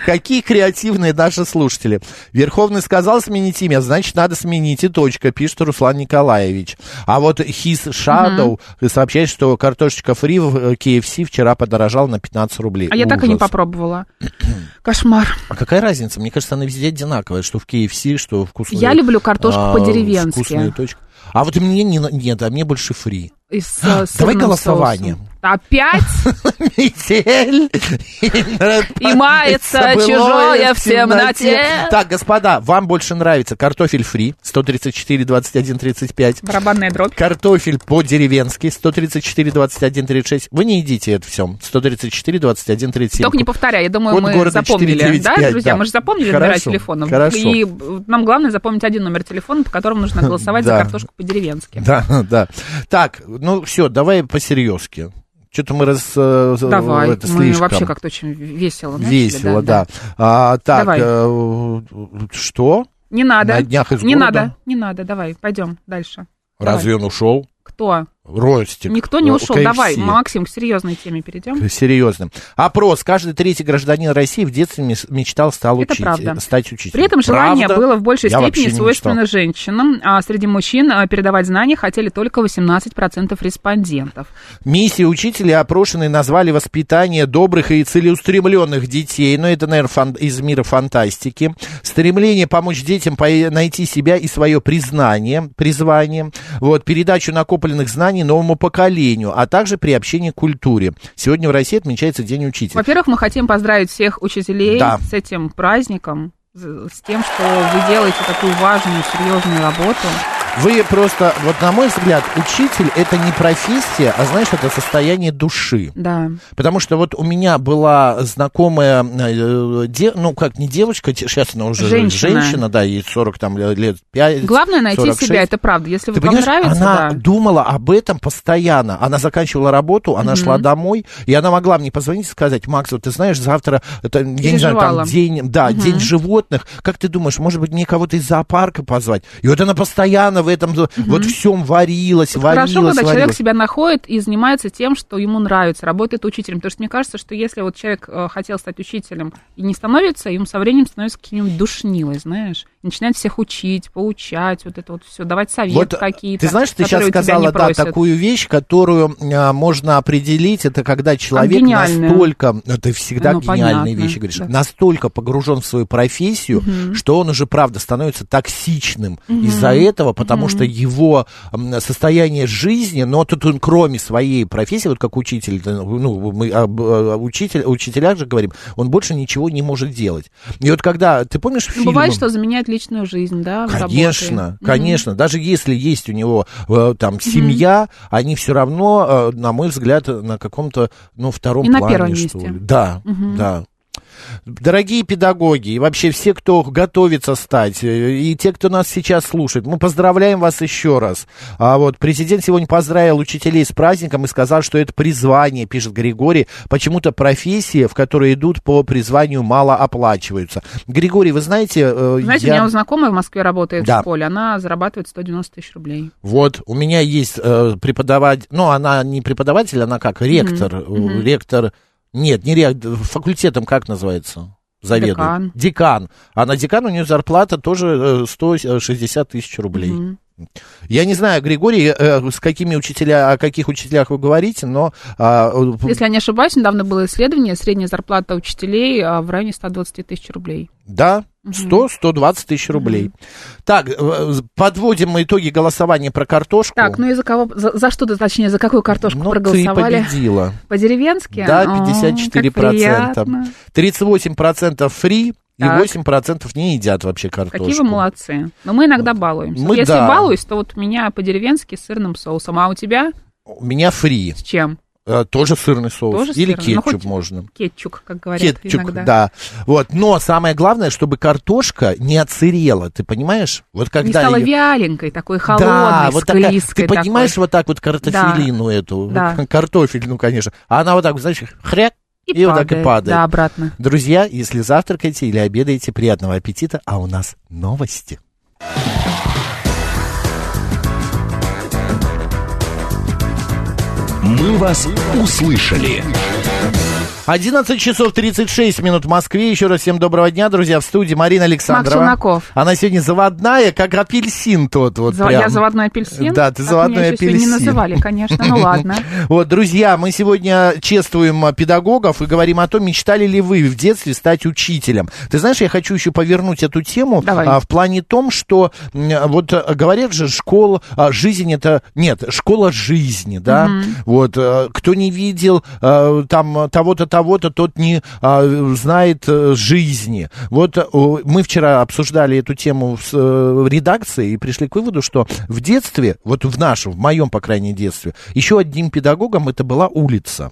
[SPEAKER 1] Какие креативные наши слушатели. Верховный сказал сменить имя, значит, надо сменить и точка, пишет Руслан Николаевич. А вот His Shadow сообщает, что картошечка фри в э, KFC вчера подорожала на 15 рублей.
[SPEAKER 2] [LAUGHS] А я так и не
[SPEAKER 1] Ужас.
[SPEAKER 2] попробовала. Кошмар.
[SPEAKER 1] А какая разница? Мне кажется, она везде одинаковая, что в KFC, что вкусная.
[SPEAKER 2] Я люблю картошку
[SPEAKER 1] а,
[SPEAKER 2] по-деревенски.
[SPEAKER 1] Вкусная точка. А вот мне не, на- нет, а мне больше фри.
[SPEAKER 2] И с, э, сырным
[SPEAKER 1] Давай голосование.
[SPEAKER 2] соусом.
[SPEAKER 1] [LAUGHS]
[SPEAKER 2] Опять
[SPEAKER 1] Метель.
[SPEAKER 2] И мается
[SPEAKER 1] Забылое
[SPEAKER 2] чужое в темноте.
[SPEAKER 1] Так, господа, вам больше нравится картофель фри 134, 21, 35.
[SPEAKER 2] барабанная дробь.
[SPEAKER 1] Картофель по-деревенски 134, 21, 36. Вы не едите это все. 134, 21, 37.
[SPEAKER 2] Только не повторяй, я думаю,
[SPEAKER 1] Код
[SPEAKER 2] мы
[SPEAKER 1] города
[SPEAKER 2] запомнили.
[SPEAKER 1] 495,
[SPEAKER 2] Да, друзья,
[SPEAKER 1] да.
[SPEAKER 2] мы же запомнили номера
[SPEAKER 1] Хорошо,
[SPEAKER 2] телефонов.
[SPEAKER 1] хорошо.
[SPEAKER 2] И э, нам главное запомнить один номер телефона, по которому
[SPEAKER 1] [LAUGHS]
[SPEAKER 2] нужно голосовать за
[SPEAKER 1] Да.
[SPEAKER 2] картошку по-деревенски.
[SPEAKER 1] Да, да. Так, ну все, давай по серьезке. Что-то мы раз... э, э,
[SPEAKER 2] Давай,
[SPEAKER 1] это,
[SPEAKER 2] мы
[SPEAKER 1] слишком.
[SPEAKER 2] вообще как-то очень весело начали,
[SPEAKER 1] Весело, да. А, так,
[SPEAKER 2] Давай.
[SPEAKER 1] э, что?
[SPEAKER 2] Не надо.
[SPEAKER 1] На днях из
[SPEAKER 2] не
[SPEAKER 1] города?
[SPEAKER 2] надо, не надо, давай, пойдем дальше. Давай.
[SPEAKER 1] Разве он ушел?
[SPEAKER 2] Кто?
[SPEAKER 1] Ростик.
[SPEAKER 2] Никто не
[SPEAKER 1] Э,
[SPEAKER 2] ушел.
[SPEAKER 1] KFC.
[SPEAKER 2] Давай, Максим, к серьезной теме перейдем.
[SPEAKER 1] К серьезным. Опрос. Каждый третий гражданин России в детстве мес- мечтал стал
[SPEAKER 2] Это
[SPEAKER 1] учить-
[SPEAKER 2] правда.
[SPEAKER 1] э, стать учителем.
[SPEAKER 2] При этом желание
[SPEAKER 1] Правда?
[SPEAKER 2] было в большей
[SPEAKER 1] Я вообще
[SPEAKER 2] степени
[SPEAKER 1] не
[SPEAKER 2] свойственно женщинам, а среди мужчин а, передавать знания хотели только 18% респондентов.
[SPEAKER 1] Миссии учителей опрошенные назвали воспитание добрых и целеустремленных детей. Но это, наверное, фан- из мира фантастики. Стремление помочь детям пой- найти себя и свое признание, призвание. Вот, передачу накопленных знаний новому поколению, а также приобщение к культуре. Сегодня в России отмечается День учителя.
[SPEAKER 2] Во-первых, мы хотим поздравить всех учителей
[SPEAKER 1] Да.
[SPEAKER 2] с этим праздником, з- с тем, что вы делаете такую важную, серьезную работу.
[SPEAKER 1] Вы просто, вот на мой взгляд, учитель это не профессия, а знаешь, это состояние души.
[SPEAKER 2] Да.
[SPEAKER 1] Потому что вот у меня была знакомая, э, де- ну как не девочка, сейчас она уже
[SPEAKER 2] Женщина.
[SPEAKER 1] да, ей 40 там лет 5.
[SPEAKER 2] Главное найти
[SPEAKER 1] 46.
[SPEAKER 2] себя, это правда. Если
[SPEAKER 1] Э, Ты
[SPEAKER 2] вам
[SPEAKER 1] понимаешь,
[SPEAKER 2] нравится,
[SPEAKER 1] она
[SPEAKER 2] да.
[SPEAKER 1] думала об этом постоянно. Она заканчивала работу, она шла домой, и она могла мне позвонить и сказать, Макс, вот ты знаешь, завтра, это, я не знаю,
[SPEAKER 2] Переживала.
[SPEAKER 1] там день, да, день животных. Как ты думаешь, может быть, мне кого-то из зоопарка позвать? И вот она постоянно в этом, вот всем варилась, варилась,
[SPEAKER 2] Хорошо, когда
[SPEAKER 1] варилась.
[SPEAKER 2] человек себя находит и занимается тем, что ему нравится, работает учителем. Потому что мне кажется, что если вот человек э, хотел стать учителем и не становится, ему со временем становится каким-нибудь душнилой, знаешь, и начинает всех учить, поучать, вот это вот все, давать советы
[SPEAKER 1] Вот, э,
[SPEAKER 2] какие-то.
[SPEAKER 1] Ты знаешь, ты сейчас
[SPEAKER 2] которые у тебя не
[SPEAKER 1] сказала, да,
[SPEAKER 2] просят.
[SPEAKER 1] такую вещь, которую а, можно определить, это когда человек
[SPEAKER 2] гениальная.
[SPEAKER 1] настолько, ну, ты всегда
[SPEAKER 2] Ну,
[SPEAKER 1] гениальные
[SPEAKER 2] понятно,
[SPEAKER 1] вещи говоришь,
[SPEAKER 2] да.
[SPEAKER 1] настолько погружен в свою профессию, что он уже, правда, становится токсичным из-за этого, потому что его м, состояние жизни, но тут он кроме своей профессии, вот как учитель, да, ну, мы об э, учитель, о учителях же говорим, он больше ничего не может делать. И вот когда, ты помнишь
[SPEAKER 2] Ну,
[SPEAKER 1] фильм?
[SPEAKER 2] бывает, что заменяет личную жизнь, да,
[SPEAKER 1] Конечно,
[SPEAKER 2] работой.
[SPEAKER 1] конечно. Даже если есть у него э, там семья, они все равно, э, на мой взгляд, на каком-то, ну, втором
[SPEAKER 2] И на
[SPEAKER 1] плане,
[SPEAKER 2] первом
[SPEAKER 1] что
[SPEAKER 2] месте.
[SPEAKER 1] ли. Да, да. Дорогие педагоги и вообще все, кто готовится стать, э, и те, кто нас сейчас слушает, мы поздравляем вас еще раз. А вот президент сегодня поздравил учителей с праздником и сказал, что это призвание, пишет Григорий. Почему-то профессии, в которые идут по призванию, мало оплачиваются. Григорий, вы знаете, э,
[SPEAKER 2] Знаете, у
[SPEAKER 1] я-
[SPEAKER 2] меня у знакомая в Москве работает
[SPEAKER 1] Да.
[SPEAKER 2] в школе, она зарабатывает 190 тысяч рублей.
[SPEAKER 1] Вот, у меня есть э, преподаватель, ну, она не преподаватель, она как ректор, э, ректор, нет, не ректор, факультетом как называется? Заведует.
[SPEAKER 2] Декан.
[SPEAKER 1] Декан. А на декан у нее зарплата тоже э, 160 тысяч рублей.
[SPEAKER 2] Мгм.
[SPEAKER 1] Я не знаю, Григорий, э, с какими учителя, о каких учителях вы говорите, но... а, э,
[SPEAKER 2] Если я не ошибаюсь, недавно было исследование, средняя зарплата учителей а, в районе 120 тысяч рублей.
[SPEAKER 1] Да, 100-120 тысяч рублей. Так, э, подводим мы итоги голосования про картошку.
[SPEAKER 2] Так, ну и за кого, за, за что, точнее, за какую картошку
[SPEAKER 1] Ну,
[SPEAKER 2] проголосовали?
[SPEAKER 1] ты победила.
[SPEAKER 2] По-деревенски?
[SPEAKER 1] Да,
[SPEAKER 2] О, как
[SPEAKER 1] 54%.
[SPEAKER 2] приятно.
[SPEAKER 1] 38% фри и
[SPEAKER 2] Так.
[SPEAKER 1] 8% не едят вообще картошку.
[SPEAKER 2] Какие вы молодцы. Но мы иногда балуемся.
[SPEAKER 1] Мы
[SPEAKER 2] Вот Если
[SPEAKER 1] да.
[SPEAKER 2] балуюсь, то вот у меня по-деревенски с сырным соусом. А у тебя
[SPEAKER 1] У меня фри.
[SPEAKER 2] с чем?
[SPEAKER 1] Э, Тоже сырный соус.
[SPEAKER 2] Тоже
[SPEAKER 1] Или
[SPEAKER 2] сырный? Ну,
[SPEAKER 1] кетчуп
[SPEAKER 2] хоть
[SPEAKER 1] можно.
[SPEAKER 2] Кетчук, как говорят
[SPEAKER 1] Кетчуп,
[SPEAKER 2] иногда.
[SPEAKER 1] да. Вот. Но самое главное, чтобы картошка не отсырела, ты понимаешь? Вот
[SPEAKER 2] Не
[SPEAKER 1] когда
[SPEAKER 2] стала
[SPEAKER 1] её-
[SPEAKER 2] вяленькой, такой холодной,
[SPEAKER 1] Да, вот такая,
[SPEAKER 2] склизкой
[SPEAKER 1] ты понимаешь
[SPEAKER 2] такой.
[SPEAKER 1] вот так вот картофелину эту, [LAUGHS]
[SPEAKER 2] Да.
[SPEAKER 1] картофель, ну, конечно, а она вот так, знаешь, хряк, и, вот так и падает.
[SPEAKER 2] Да, обратно.
[SPEAKER 1] Друзья, если завтракаете или обедаете, приятного аппетита, а у нас новости.
[SPEAKER 3] «Мы вас услышали».
[SPEAKER 1] 11 часов 36 минут в Москве. Еще раз всем доброго дня, друзья. В студии Марина Александрова.
[SPEAKER 2] Челноков.
[SPEAKER 1] Она сегодня заводная, как апельсин тот вот
[SPEAKER 2] Зав-
[SPEAKER 1] прям.
[SPEAKER 2] Я заводной апельсин?
[SPEAKER 1] Да, ты
[SPEAKER 2] Так
[SPEAKER 1] заводной
[SPEAKER 2] меня еще сегодня
[SPEAKER 1] апельсин.
[SPEAKER 2] не называли, конечно,
[SPEAKER 1] [LAUGHS]
[SPEAKER 2] ну ладно.
[SPEAKER 1] Вот, друзья, мы сегодня чествуем а, педагогов и говорим о том, мечтали ли вы в детстве стать учителем. Ты знаешь, я хочу еще повернуть эту тему
[SPEAKER 2] Давай.
[SPEAKER 1] а, в плане том, что м, а, вот а, говорят же, школа, а, жизнь это... Нет, школа жизни, да? Вот, э, кто не видел э, там э, того-то, того-то, тот не а, знает э, жизни. Вот э, о, мы вчера обсуждали эту тему с, э, в редакции и пришли к выводу, что в детстве, вот в нашем, в моем, по крайней детстве, еще одним педагогом это была улица.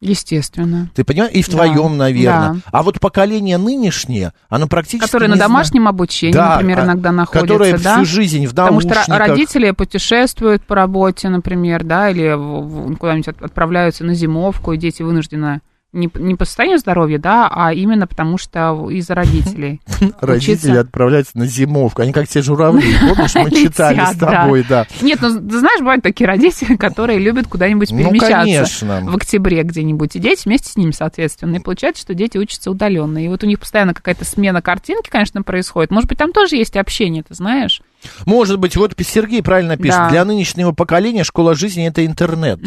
[SPEAKER 2] Естественно.
[SPEAKER 1] Ты понимаешь? И в
[SPEAKER 2] Да,
[SPEAKER 1] твоем, наверное.
[SPEAKER 2] да.
[SPEAKER 1] А вот поколение нынешнее, оно практически
[SPEAKER 2] Которые
[SPEAKER 1] не
[SPEAKER 2] на
[SPEAKER 1] зна-
[SPEAKER 2] домашнем обучении,
[SPEAKER 1] Да,
[SPEAKER 2] например,
[SPEAKER 1] а,
[SPEAKER 2] иногда находятся,
[SPEAKER 1] Которые
[SPEAKER 2] да?
[SPEAKER 1] всю жизнь в
[SPEAKER 2] Потому что ра-
[SPEAKER 1] наушниках.
[SPEAKER 2] родители путешествуют по работе, например, да, или в- в- куда-нибудь от- отправляются на зимовку, и дети вынуждены не, п- не по состоянию здоровья, да, а именно потому что из-за родителей.
[SPEAKER 1] [LAUGHS] Родители
[SPEAKER 2] учиться.
[SPEAKER 1] отправляются на зимовку. Они как
[SPEAKER 2] [LAUGHS]
[SPEAKER 1] те журавли, помнишь, мы читали с
[SPEAKER 2] Летят, да.
[SPEAKER 1] тобой, да.
[SPEAKER 2] Нет, ну ты знаешь, бывают такие родители, [LAUGHS] которые любят куда-нибудь
[SPEAKER 1] Ну,
[SPEAKER 2] перемещаться.
[SPEAKER 1] конечно.
[SPEAKER 2] В октябре где-нибудь. И дети вместе с ними, соответственно. И получается, что дети учатся удаленно. И вот у них постоянно какая-то смена картинки, конечно, происходит. Может быть, там тоже есть общение, ты знаешь?
[SPEAKER 1] Может быть, вот Сергей правильно пишет,
[SPEAKER 2] Да.
[SPEAKER 1] для нынешнего поколения школа жизни это интернет.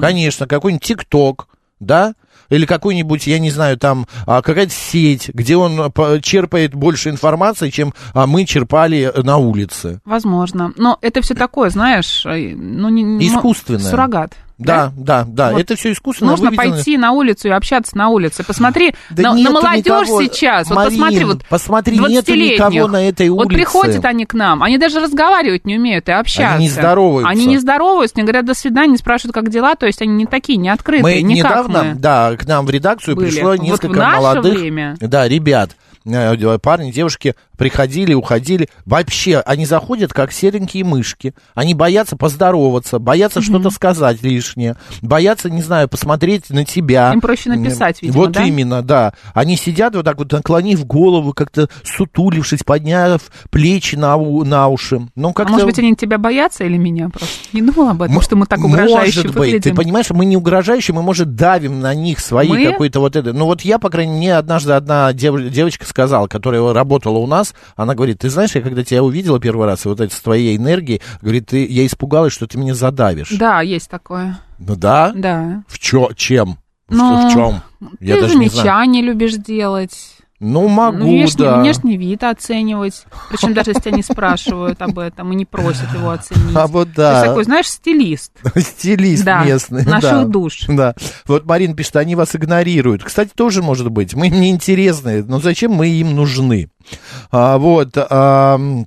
[SPEAKER 1] Конечно, какой-нибудь ТикТок, да? Или какой-нибудь, я не знаю, там а, какая-то сеть, где он а, по- черпает больше информации, чем а, мы черпали на улице.
[SPEAKER 2] Возможно. Но это все такое, знаешь, э, ну, не- не-
[SPEAKER 1] Искусственное.
[SPEAKER 2] Суррогат.
[SPEAKER 1] Да, да, да.
[SPEAKER 2] Вот
[SPEAKER 1] Это все искусственно.
[SPEAKER 2] Нужно
[SPEAKER 1] выведено.
[SPEAKER 2] пойти на улицу и общаться на улице. Посмотри
[SPEAKER 1] [GASPS] Да
[SPEAKER 2] на, на
[SPEAKER 1] нету
[SPEAKER 2] молодежь
[SPEAKER 1] никого.
[SPEAKER 2] сейчас.
[SPEAKER 1] Марин,
[SPEAKER 2] вот посмотри, вот
[SPEAKER 1] посмотри, нету
[SPEAKER 2] 20-летних.
[SPEAKER 1] никого на этой
[SPEAKER 2] Вот
[SPEAKER 1] улице.
[SPEAKER 2] приходят они к нам, они даже разговаривать не умеют и общаться.
[SPEAKER 1] Они не здороваются.
[SPEAKER 2] Они не здороваются, не говорят до свидания, не спрашивают, как дела. То есть они не такие, не
[SPEAKER 1] Мы
[SPEAKER 2] открытые, не как
[SPEAKER 1] недавно,
[SPEAKER 2] мы.
[SPEAKER 1] да, к нам в редакцию
[SPEAKER 2] были.
[SPEAKER 1] пришло
[SPEAKER 2] Вот в
[SPEAKER 1] несколько
[SPEAKER 2] наше
[SPEAKER 1] молодых,
[SPEAKER 2] время.
[SPEAKER 1] да, ребят, э, парни, девушки приходили, уходили. Вообще, они заходят как серенькие мышки. Они боятся поздороваться, боятся что-то сказать лишнее, боятся, не знаю, посмотреть на тебя.
[SPEAKER 2] Им проще написать, видимо,
[SPEAKER 1] Вот
[SPEAKER 2] да?
[SPEAKER 1] именно, да. Они сидят вот так вот, наклонив голову, как-то сутулившись, подняв плечи на, у- на уши. Ну,
[SPEAKER 2] А
[SPEAKER 1] как-то...
[SPEAKER 2] может быть, они тебя боятся или меня просто? Не думала об этом,
[SPEAKER 1] М-
[SPEAKER 2] что мы так угрожающе
[SPEAKER 1] Может быть, ты
[SPEAKER 2] выглядим.
[SPEAKER 1] понимаешь, мы не угрожающие, мы, может, давим на них свои
[SPEAKER 2] Мы?
[SPEAKER 1] какой-то вот это. Ну вот я, по крайней мере, мне однажды одна дев- девочка сказала, которая работала у нас, она говорит, ты знаешь, я когда тебя увидела первый раз, вот это с твоей энергией, говорит, ты, я испугалась, что ты меня задавишь.
[SPEAKER 2] Да, есть такое.
[SPEAKER 1] Ну да?
[SPEAKER 2] Да.
[SPEAKER 1] В чё, чем? В-
[SPEAKER 2] Ну,
[SPEAKER 1] в чем?
[SPEAKER 2] ты замечания любишь делать.
[SPEAKER 1] Ну, могу,
[SPEAKER 2] Ну, внешний,
[SPEAKER 1] да.
[SPEAKER 2] внешний вид оценивать. Причем даже если тебя не спрашивают об этом и не просят его оценить.
[SPEAKER 1] А
[SPEAKER 2] То
[SPEAKER 1] вот
[SPEAKER 2] есть
[SPEAKER 1] да,
[SPEAKER 2] такой, знаешь, стилист.
[SPEAKER 1] стилист
[SPEAKER 2] Да,
[SPEAKER 1] местный.
[SPEAKER 2] наших
[SPEAKER 1] да.
[SPEAKER 2] душ.
[SPEAKER 1] [LAUGHS] Да. Вот Марина пишет, они вас игнорируют. Кстати, тоже может быть. Мы им неинтересны, но зачем мы им нужны? А, вот. ам,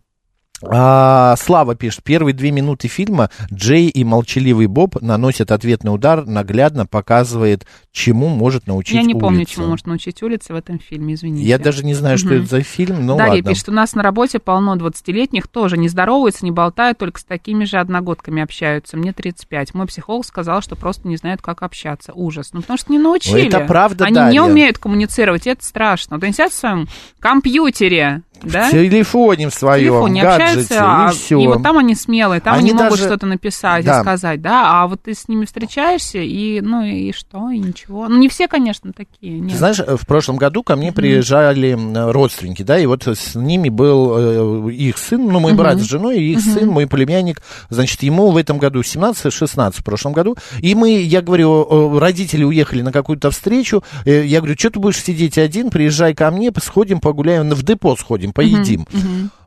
[SPEAKER 1] а, Слава пишет, первые две минуты фильма Джей и молчаливый Боб наносят ответный удар, наглядно показывает, чему может научить
[SPEAKER 2] Я не помню,
[SPEAKER 1] улица.
[SPEAKER 2] чему может научить улица в этом фильме, извините.
[SPEAKER 1] Я даже не знаю, что
[SPEAKER 2] Мгм.
[SPEAKER 1] это за фильм, но
[SPEAKER 2] Дарья
[SPEAKER 1] Ну ладно.
[SPEAKER 2] пишет, у нас на работе полно 20-летних, тоже не здороваются, не болтают, только с такими же одногодками общаются. Мне 35. Мой психолог сказал, что просто не знают, как общаться. Ужас. Ну, потому что не научили.
[SPEAKER 1] Это правда,
[SPEAKER 2] Они не
[SPEAKER 1] Дарья.
[SPEAKER 2] умеют коммуницировать, и это страшно. Вот они сидят в своем компьютере, да?
[SPEAKER 1] В телефоне в
[SPEAKER 2] В
[SPEAKER 1] своем,
[SPEAKER 2] телефоне
[SPEAKER 1] гаджете,
[SPEAKER 2] общаются, а-
[SPEAKER 1] и все.
[SPEAKER 2] вот там они смелые, там они,
[SPEAKER 1] Они
[SPEAKER 2] могут
[SPEAKER 1] даже-
[SPEAKER 2] что-то написать
[SPEAKER 1] да.
[SPEAKER 2] и сказать, да, а вот ты с ними встречаешься, и ну и что, и ничего. Ну, не все, конечно, такие,
[SPEAKER 1] Ты
[SPEAKER 2] нет.
[SPEAKER 1] знаешь, э, в прошлом году ко мне приезжали м, э, родственники, да, и вот с ними был э, их сын, ну, мой брат с женой, и их сын, мой племянник, значит, ему в этом году 17-16, в прошлом году, и мы, я говорю, э, родители уехали на какую-то встречу, э, я говорю, что ты будешь сидеть один, приезжай ко мне, сходим, погуляем, в депо сходим, поедим.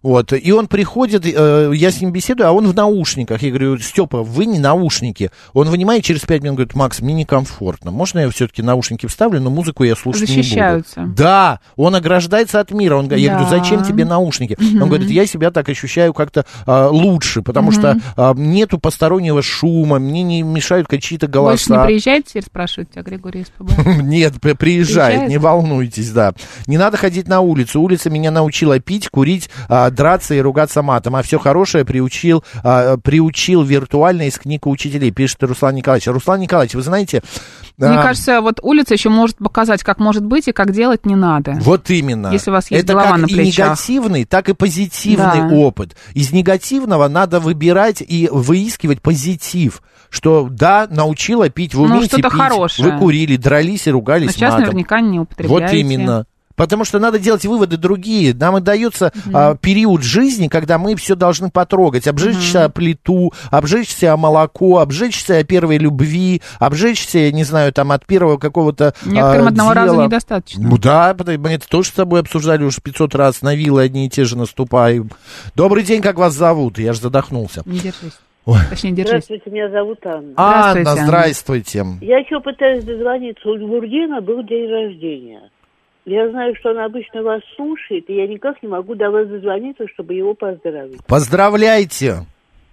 [SPEAKER 1] Вот, и он приходит, э, я с ним беседую, а он в наушниках. Я говорю, Степа, вы не наушники. Он вынимает через пять минут, говорит, Макс, мне некомфортно. Можно я все-таки наушники вставлю, но музыку я слушать не
[SPEAKER 2] Защищаются.
[SPEAKER 1] буду. Да, он ограждается от мира. Он, г- Я
[SPEAKER 2] Да.
[SPEAKER 1] говорю, зачем тебе наушники? Он говорит, я себя так ощущаю как-то а, лучше, потому что а, нету постороннего шума, мне не мешают какие-то
[SPEAKER 2] Больше не
[SPEAKER 1] голоса.
[SPEAKER 2] приезжайте, теперь спрашивают тебя Григорий СПБ.
[SPEAKER 1] [LAUGHS] Нет, при- приезжает,
[SPEAKER 2] Приезжает?
[SPEAKER 1] не волнуйтесь, да. Не надо ходить на улицу. Улица меня научила пить, курить, а, драться и ругаться матом, а все хорошее приучил, а, приучил виртуально из книг учителей, пишет Руслан Николаевич. Руслан Николаевич, вы знаете...
[SPEAKER 2] Мне
[SPEAKER 1] а,
[SPEAKER 2] кажется, вот улица еще может показать, как может быть и как делать не надо.
[SPEAKER 1] Вот именно.
[SPEAKER 2] Если у вас есть
[SPEAKER 1] Это
[SPEAKER 2] голова
[SPEAKER 1] как
[SPEAKER 2] на
[SPEAKER 1] и
[SPEAKER 2] плечах.
[SPEAKER 1] негативный, так и позитивный
[SPEAKER 2] Да.
[SPEAKER 1] опыт. Из негативного надо выбирать и выискивать позитив. Что да, научила пить, вы
[SPEAKER 2] Ну,
[SPEAKER 1] умеете
[SPEAKER 2] что-то
[SPEAKER 1] пить,
[SPEAKER 2] хорошее. Ну,
[SPEAKER 1] вы курили, дрались и ругались
[SPEAKER 2] Но сейчас
[SPEAKER 1] матом.
[SPEAKER 2] наверняка не
[SPEAKER 1] Вот
[SPEAKER 2] употребляете.
[SPEAKER 1] именно. Потому что надо делать выводы другие. Нам и дается а, период жизни, когда мы все должны потрогать. Обжечься о плиту, обжечься о молоко, обжечься о первой любви, обжечься, я не знаю, там от первого какого-то
[SPEAKER 2] Некоторым
[SPEAKER 1] а,
[SPEAKER 2] одного раза
[SPEAKER 1] дела.
[SPEAKER 2] недостаточно.
[SPEAKER 1] Ну да, потому- мы это тоже с тобой обсуждали уже 500 раз, на вилы одни и те же наступаем. Добрый день, как вас зовут? Я же задохнулся.
[SPEAKER 2] Не держись.
[SPEAKER 1] Ой.
[SPEAKER 2] Точнее, держись.
[SPEAKER 4] Здравствуйте, меня зовут Анна.
[SPEAKER 2] Здравствуйте.
[SPEAKER 1] Анна, здравствуйте.
[SPEAKER 4] Я еще пытаюсь дозвониться. У Гургена был день рождения. Я знаю, что она обычно вас слушает, и я никак не могу до вас дозвониться, чтобы его поздравить.
[SPEAKER 1] Поздравляйте.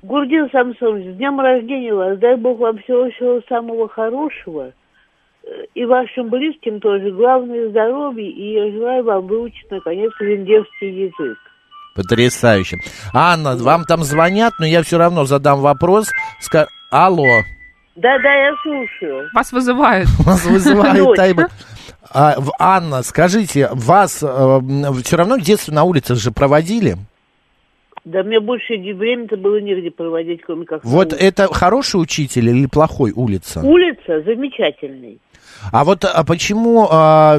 [SPEAKER 4] Гурген Самсонович, с днем рождения вас. Дай Бог вам всего-всего самого хорошего. Э, И вашим близким тоже. Главное здоровье. И я желаю вам выучить, наконец, венгерский язык.
[SPEAKER 1] Потрясающе. Анна, вам там звонят, но я все равно задам вопрос. Ска- Алло. [LAUGHS]
[SPEAKER 4] Да-да, я слушаю.
[SPEAKER 2] Вас вызывают.
[SPEAKER 1] Вас вызывает
[SPEAKER 4] Дочь.
[SPEAKER 1] Тайба. А, в- Анна, скажите, вас все равно детство на улице же проводили?
[SPEAKER 4] Да мне больше де- времени-то было негде проводить, кроме как... на
[SPEAKER 1] Вот э
[SPEAKER 4] улице.
[SPEAKER 1] это хороший учитель или плохой улица?
[SPEAKER 4] Улица замечательный.
[SPEAKER 1] А вот а почему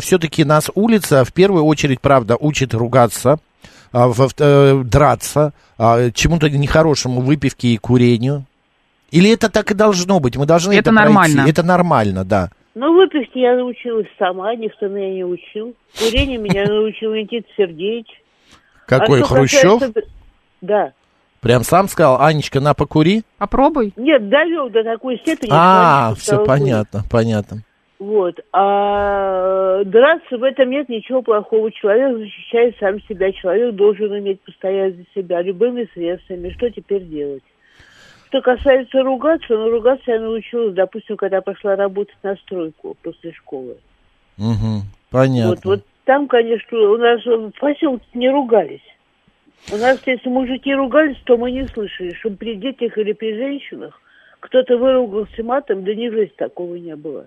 [SPEAKER 1] все-таки нас улица в первую очередь, правда, учит ругаться, а, во вт- э, драться, а, чему-то нехорошему, выпивке и курению? Или это так и должно быть? Мы должны это,
[SPEAKER 2] Это
[SPEAKER 1] пройти.
[SPEAKER 2] нормально.
[SPEAKER 1] Это нормально, да.
[SPEAKER 4] Ну, выпивки я научилась сама, никто меня не учил. Курение меня научил Никита Сергеевич. А
[SPEAKER 1] Какой
[SPEAKER 4] что
[SPEAKER 1] Хрущев?
[SPEAKER 4] касается- Да.
[SPEAKER 1] Прям сам сказал, Анечка, на покури.
[SPEAKER 2] Попробуй.
[SPEAKER 4] Нет, довел до такой степени. что
[SPEAKER 1] А,
[SPEAKER 4] Анечка
[SPEAKER 1] все
[SPEAKER 4] стала
[SPEAKER 1] понятно, понятно.
[SPEAKER 4] курить. Вот. А драться в этом нет ничего плохого. Человек защищает сам себя. Человек должен уметь постоять за себя любыми средствами. Что теперь делать? Что касается ругаться, ну, ругаться я научилась, допустим, когда пошла работать на стройку после школы.
[SPEAKER 1] Мгм, понятно.
[SPEAKER 4] Вот, вот там, конечно, у нас э, в поселке не ругались. У нас, если мужики ругались, то мы не слышали, что при детях или при женщинах кто-то выругался матом, да ни в жизнь такого не было.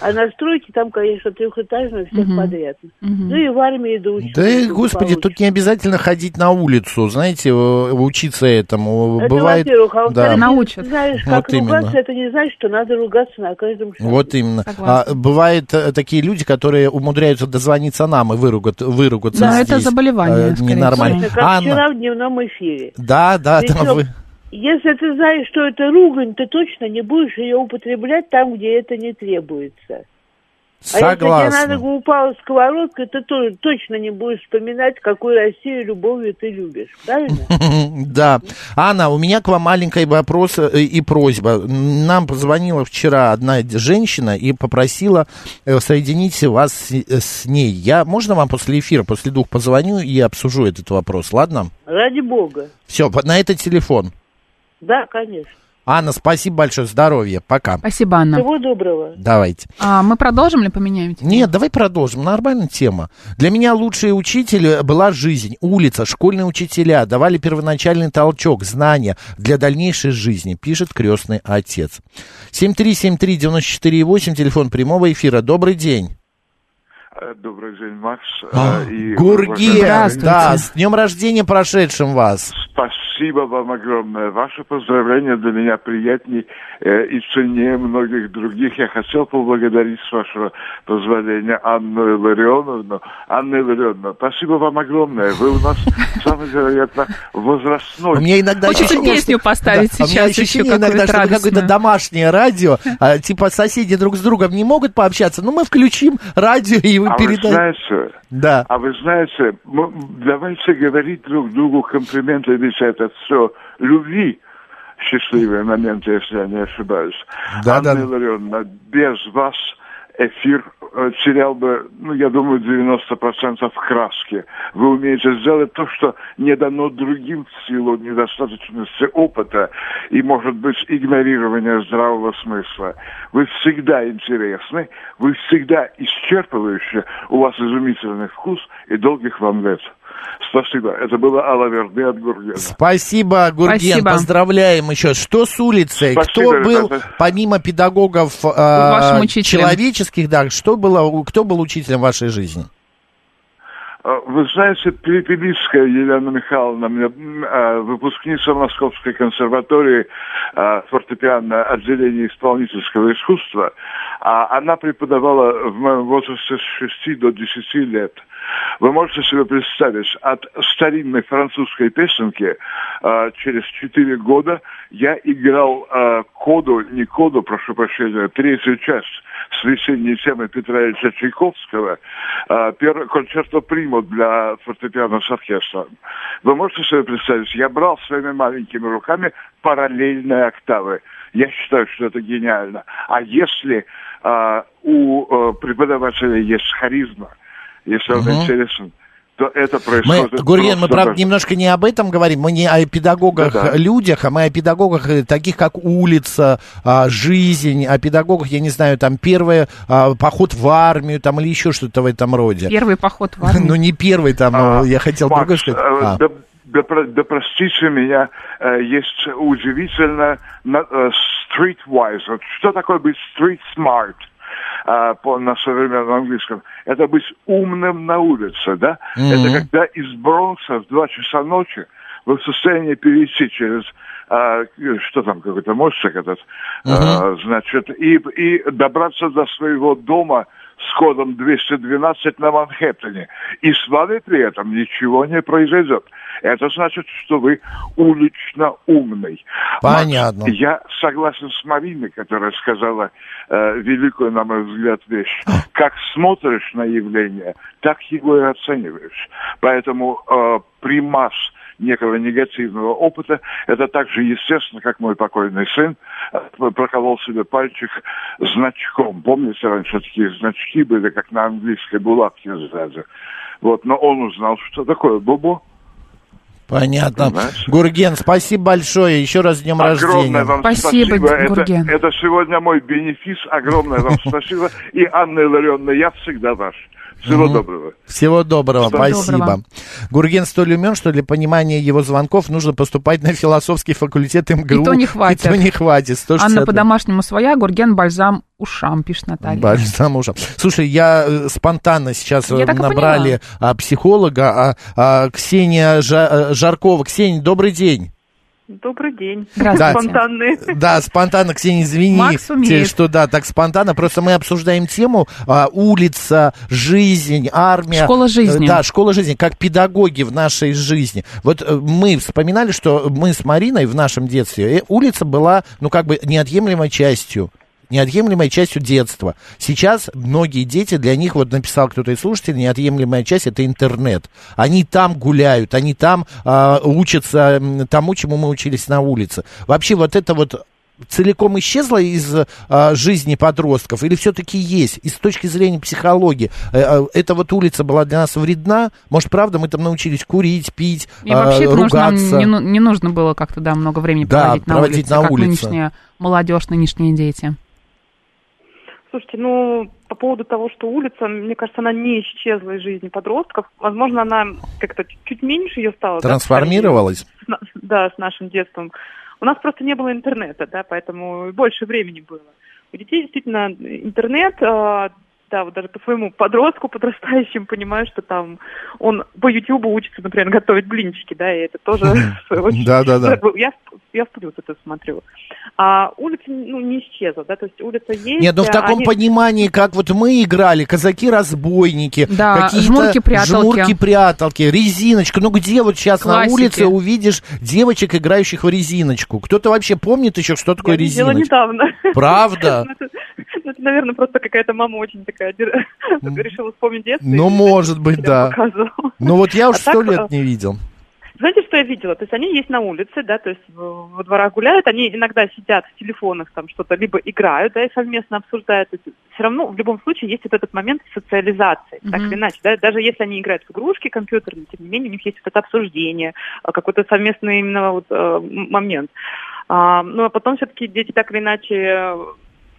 [SPEAKER 4] А на стройке там, конечно, трехэтажно всех подряд. Ну и в армии да учились.
[SPEAKER 1] Да, и,
[SPEAKER 4] если
[SPEAKER 1] господи, тут не
[SPEAKER 4] получится.
[SPEAKER 1] обязательно ходить на улицу, знаете, э, учиться этому.
[SPEAKER 4] Это,
[SPEAKER 1] Бывает,
[SPEAKER 4] во-первых, а
[SPEAKER 1] да.
[SPEAKER 4] во-вторых, если
[SPEAKER 2] Научат.
[SPEAKER 4] ты знаешь,
[SPEAKER 1] Вот
[SPEAKER 4] как
[SPEAKER 1] именно.
[SPEAKER 4] ругаться, это не значит, что надо ругаться на каждом шагу.
[SPEAKER 1] Вот именно.
[SPEAKER 2] Согласна.
[SPEAKER 1] А, бывают э, такие люди, которые умудряются дозвониться нам и выругат, выругаться
[SPEAKER 2] Да,
[SPEAKER 1] здесь.
[SPEAKER 2] это заболевание,
[SPEAKER 1] Э,
[SPEAKER 2] скорее
[SPEAKER 1] ненормально.
[SPEAKER 4] Точно, как
[SPEAKER 1] Анна,
[SPEAKER 4] вчера а в дневном эфире.
[SPEAKER 1] да, да, да,
[SPEAKER 4] Причем,
[SPEAKER 1] А вы-
[SPEAKER 4] Если ты знаешь, что это ругань, ты точно не будешь ее употреблять там, где это не требуется. А если тебе
[SPEAKER 1] согласна.
[SPEAKER 4] на ногу упала сковородка, ты то- точно не будешь вспоминать, какую Россию любовью ты любишь.
[SPEAKER 1] [LAUGHS]
[SPEAKER 4] Правильно?
[SPEAKER 1] [LAUGHS] Да. Анна, у меня к вам маленький вопрос э, и просьба. Нам позвонила вчера одна д- женщина и попросила э, соединить вас с, э, с ней. Я, можно вам после эфира, после двух позвоню и обсужу этот вопрос, ладно?
[SPEAKER 4] Ради бога.
[SPEAKER 1] Все, на этот телефон.
[SPEAKER 4] Да, конечно.
[SPEAKER 1] Анна, спасибо большое, здоровья, пока.
[SPEAKER 2] Спасибо, Анна.
[SPEAKER 4] Всего доброго.
[SPEAKER 1] Давайте.
[SPEAKER 2] А мы продолжим или поменяем? тему?
[SPEAKER 1] Нет, давай продолжим. Нормальная тема. Для меня лучшие учитель э, была жизнь, улица, школьные учителя давали первоначальный толчок, знания для дальнейшей жизни, пишет крестный отец. 7373948, телефон прямого эфира. Добрый день.
[SPEAKER 5] Э, Добрый день, Макс.
[SPEAKER 1] А,
[SPEAKER 5] э, и
[SPEAKER 1] Гургия,
[SPEAKER 2] Здравствуйте.
[SPEAKER 1] да, с днем рождения прошедшим вас.
[SPEAKER 5] Спасибо вам огромное. Ваше поздравление для меня приятней э, и ценнее многих других. Я хотел поблагодарить с вашего позволения Анну Илларионовну. Анна Илларионовна, спасибо вам огромное. Вы у нас, самый, вероятно, возрастной.
[SPEAKER 1] У меня иногда
[SPEAKER 2] Хочется
[SPEAKER 1] ощущение,
[SPEAKER 2] песню поставить
[SPEAKER 1] Да, а у меня
[SPEAKER 2] сейчас
[SPEAKER 1] ощущение
[SPEAKER 2] еще
[SPEAKER 1] иногда,
[SPEAKER 2] какую-то
[SPEAKER 1] что это какое-то
[SPEAKER 2] радостную.
[SPEAKER 1] домашнее радио, а, типа соседи друг с другом не могут пообщаться, но мы включим радио и вы
[SPEAKER 5] А вы
[SPEAKER 1] передаете.
[SPEAKER 5] знаете,
[SPEAKER 1] Да.
[SPEAKER 5] А вы знаете, мы- давайте говорить друг другу комплименты, ведь это все любви счастливые моменты, если я не ошибаюсь.
[SPEAKER 1] Да, да.
[SPEAKER 5] Анна Илларионовна, без вас эфир э, терял бы, ну, я думаю, 90% краски. Вы умеете сделать то, что не дано другим в силу недостаточности опыта и, может быть, игнорирования здравого смысла. Вы всегда интересны, вы всегда исчерпывающие, у вас изумительный вкус и долгих вам лет. Спасибо. Это было Алла Верде от Гургена.
[SPEAKER 1] Спасибо, Гурген.
[SPEAKER 2] Спасибо.
[SPEAKER 1] Споздравляем еще. Что с улицей?
[SPEAKER 5] Спасибо,
[SPEAKER 1] кто был,
[SPEAKER 5] ребята.
[SPEAKER 1] помимо педагогов э,
[SPEAKER 2] Вашим учителем.
[SPEAKER 1] человеческих, да, что было, у- кто был учителем вашей жизни?
[SPEAKER 5] А, Вы знаете, Перепелицкая Елена Михайловна, мне, м, а, выпускница Московской консерватории а, фортепиано отделения исполнительского искусства, а, она преподавала в моем возрасте с 6 до 10 лет. Вы можете себе представить, от старинной французской песенки а, через 4 года я играл а, коду, не коду, прошу прощения, третью часть с весенней темы Петра Ильича Чайковского, э, первый концерто приму для фортепиано с оркестром. Вы можете себе представить, я брал своими маленькими руками параллельные октавы. Я считаю, что это гениально. А если э, у э, преподавателя есть харизма, если он интересен, то это
[SPEAKER 1] Мы,
[SPEAKER 5] происходит...
[SPEAKER 1] Гурген, мы,
[SPEAKER 5] просто
[SPEAKER 1] правда,
[SPEAKER 5] даже-
[SPEAKER 1] немножко не об этом говорим, мы не о
[SPEAKER 5] Да-да.
[SPEAKER 1] педагогах-людях, а мы о педагогах э, таких, как улица, а, жизнь, о педагогах, я не знаю, там, первое, а, поход в армию, там, или еще что-то в этом роде.
[SPEAKER 2] Первый поход в армию.
[SPEAKER 1] [LAUGHS] Ну, не первый там,
[SPEAKER 5] А,
[SPEAKER 1] э, я хотел
[SPEAKER 5] Макс,
[SPEAKER 1] другое сказать.
[SPEAKER 5] э,
[SPEAKER 1] А.
[SPEAKER 5] Да, да про- да простите меня, э, есть удивительно на- э, streetwise. Вот Что такое быть street smart? э, по, на современном английском. Это быть умным на улице, да? Это когда из Бронкса в 2 часа ночи вы в состоянии перейти через э, что там, какой-то мостик этот, э, значит, и, и добраться до своего дома с кодом 212 на Манхэттене. И с вами при этом ничего не произойдет. Это значит, что вы улично умный.
[SPEAKER 1] Понятно.
[SPEAKER 5] Макс, я согласен с Мариной, которая сказала э, великую, на мой взгляд, вещь. Как смотришь на явление, так его и оцениваешь. Поэтому э, примас некого негативного опыта, это так же естественно, как мой покойный сын э, проколол себе пальчик значком. Помните, раньше такие значки были, как на английской булавке сзади. Вот, но он узнал, что такое бубо.
[SPEAKER 1] Понятно.
[SPEAKER 5] Понимаешь?
[SPEAKER 1] Гурген, спасибо большое. Еще раз с днем рождения.
[SPEAKER 5] Огромное вам
[SPEAKER 2] Спасибо,
[SPEAKER 5] спасибо. Это,
[SPEAKER 2] Георгий.
[SPEAKER 5] это сегодня мой бенефис. Огромное вам спасибо. И Анна Илларионовна, я всегда ваш. Всего доброго.
[SPEAKER 1] Всего доброго,
[SPEAKER 2] доброго.
[SPEAKER 1] спасибо. Гурген столь умен, что для понимания его звонков нужно поступать на философский факультет МГУ.
[SPEAKER 2] И то не хватит.
[SPEAKER 1] И то не хватит. 160
[SPEAKER 2] Анна по-домашнему своя, Гурген бальзам ушам, пишет Наталья.
[SPEAKER 1] Бальзам ушам. Слушай, я э, спонтанно сейчас
[SPEAKER 2] Я
[SPEAKER 1] э,
[SPEAKER 2] так и
[SPEAKER 1] набрали а, психолога а, а, Ксения Жа- э, Жаркова. Ксения,
[SPEAKER 2] [LAUGHS]
[SPEAKER 1] добрый день.
[SPEAKER 4] Добрый день.
[SPEAKER 2] Здравствуйте.
[SPEAKER 4] Спонтанные.
[SPEAKER 1] Да, спонтанно, Ксения, извини,
[SPEAKER 2] Макс умеет.
[SPEAKER 1] те, что да, так спонтанно. Просто мы обсуждаем тему а, улица, жизнь, армия.
[SPEAKER 2] Школа жизни.
[SPEAKER 1] Э, Да, школа жизни, как педагоги в нашей жизни. Вот э, мы вспоминали, что мы с Мариной в нашем детстве, э, улица была, ну, как бы неотъемлемой частью неотъемлемой частью детства. Сейчас многие дети, для них, вот написал кто-то из слушателей, неотъемлемая часть – это интернет. Они там гуляют, они там а, учатся м, тому, чему мы учились на улице. Вообще вот это вот целиком исчезла из а, жизни подростков или все-таки есть? И с точки зрения психологии, э, э, эта вот улица была для нас вредна? Может, правда, мы там научились курить, пить,
[SPEAKER 2] И
[SPEAKER 1] а,
[SPEAKER 2] вообще это нужно, нам
[SPEAKER 1] ругаться?
[SPEAKER 2] не, ну- не нужно было как-то, да, много времени
[SPEAKER 1] Да,
[SPEAKER 2] проводить,
[SPEAKER 1] проводить
[SPEAKER 2] на улице,
[SPEAKER 1] на
[SPEAKER 2] как
[SPEAKER 1] улице.
[SPEAKER 2] нынешняя молодежь, нынешние дети.
[SPEAKER 4] Слушайте, ну, по поводу того, что улица, мне кажется, она не исчезла из жизни подростков. Возможно, она как-то чуть меньше ее стала. да,
[SPEAKER 1] Трансформировалась?
[SPEAKER 4] с на- Да, с нашим детством. У нас просто не было интернета, да, поэтому больше времени было. У детей действительно интернет, а, да, вот даже по своему подростку подрастающим понимаю, что там он по Ютубу учится, например, готовить блинчики, да, и это тоже [LAUGHS] в свою очередь
[SPEAKER 1] Да-да-да.
[SPEAKER 4] Я, в- я в плюс это смотрю. А улица ну, не исчезла, да, то есть улица есть.
[SPEAKER 1] Нет, ну в
[SPEAKER 4] а
[SPEAKER 1] таком
[SPEAKER 4] они-
[SPEAKER 1] понимании, как вот мы играли, казаки-разбойники,
[SPEAKER 2] Да,
[SPEAKER 1] какие-то
[SPEAKER 2] жмурки-пряталки.
[SPEAKER 1] жмурки-пряталки, резиночка. Ну где вот сейчас
[SPEAKER 2] Классики.
[SPEAKER 1] на улице увидишь девочек, играющих в резиночку? Кто-то вообще помнит еще, что такое
[SPEAKER 4] Я видела
[SPEAKER 1] резиночка?
[SPEAKER 4] недавно.
[SPEAKER 1] Правда?
[SPEAKER 4] [LAUGHS] Ну, это, ну, это, наверное, просто какая-то мама очень такая дер- [LAUGHS] решила вспомнить детство.
[SPEAKER 1] Ну,
[SPEAKER 4] и
[SPEAKER 1] может быть,
[SPEAKER 4] всегда
[SPEAKER 1] да.
[SPEAKER 4] показывала.
[SPEAKER 1] Ну вот я уж
[SPEAKER 4] А так,
[SPEAKER 1] сто лет
[SPEAKER 4] э,
[SPEAKER 1] не видел.
[SPEAKER 4] Знаете, что я видела? То есть они есть на улице, да, то есть в- во дворах гуляют, они иногда сидят в телефонах, там что-то либо играют, да, и совместно обсуждают. То есть все равно в любом случае есть вот этот момент социализации, так
[SPEAKER 2] Мгм.
[SPEAKER 4] или иначе, да, даже если они играют в игрушки компьютерные, тем не менее у них есть вот это обсуждение, а, какой-то совместный именно вот э, м- момент. А, ну а потом все-таки дети так или иначе э,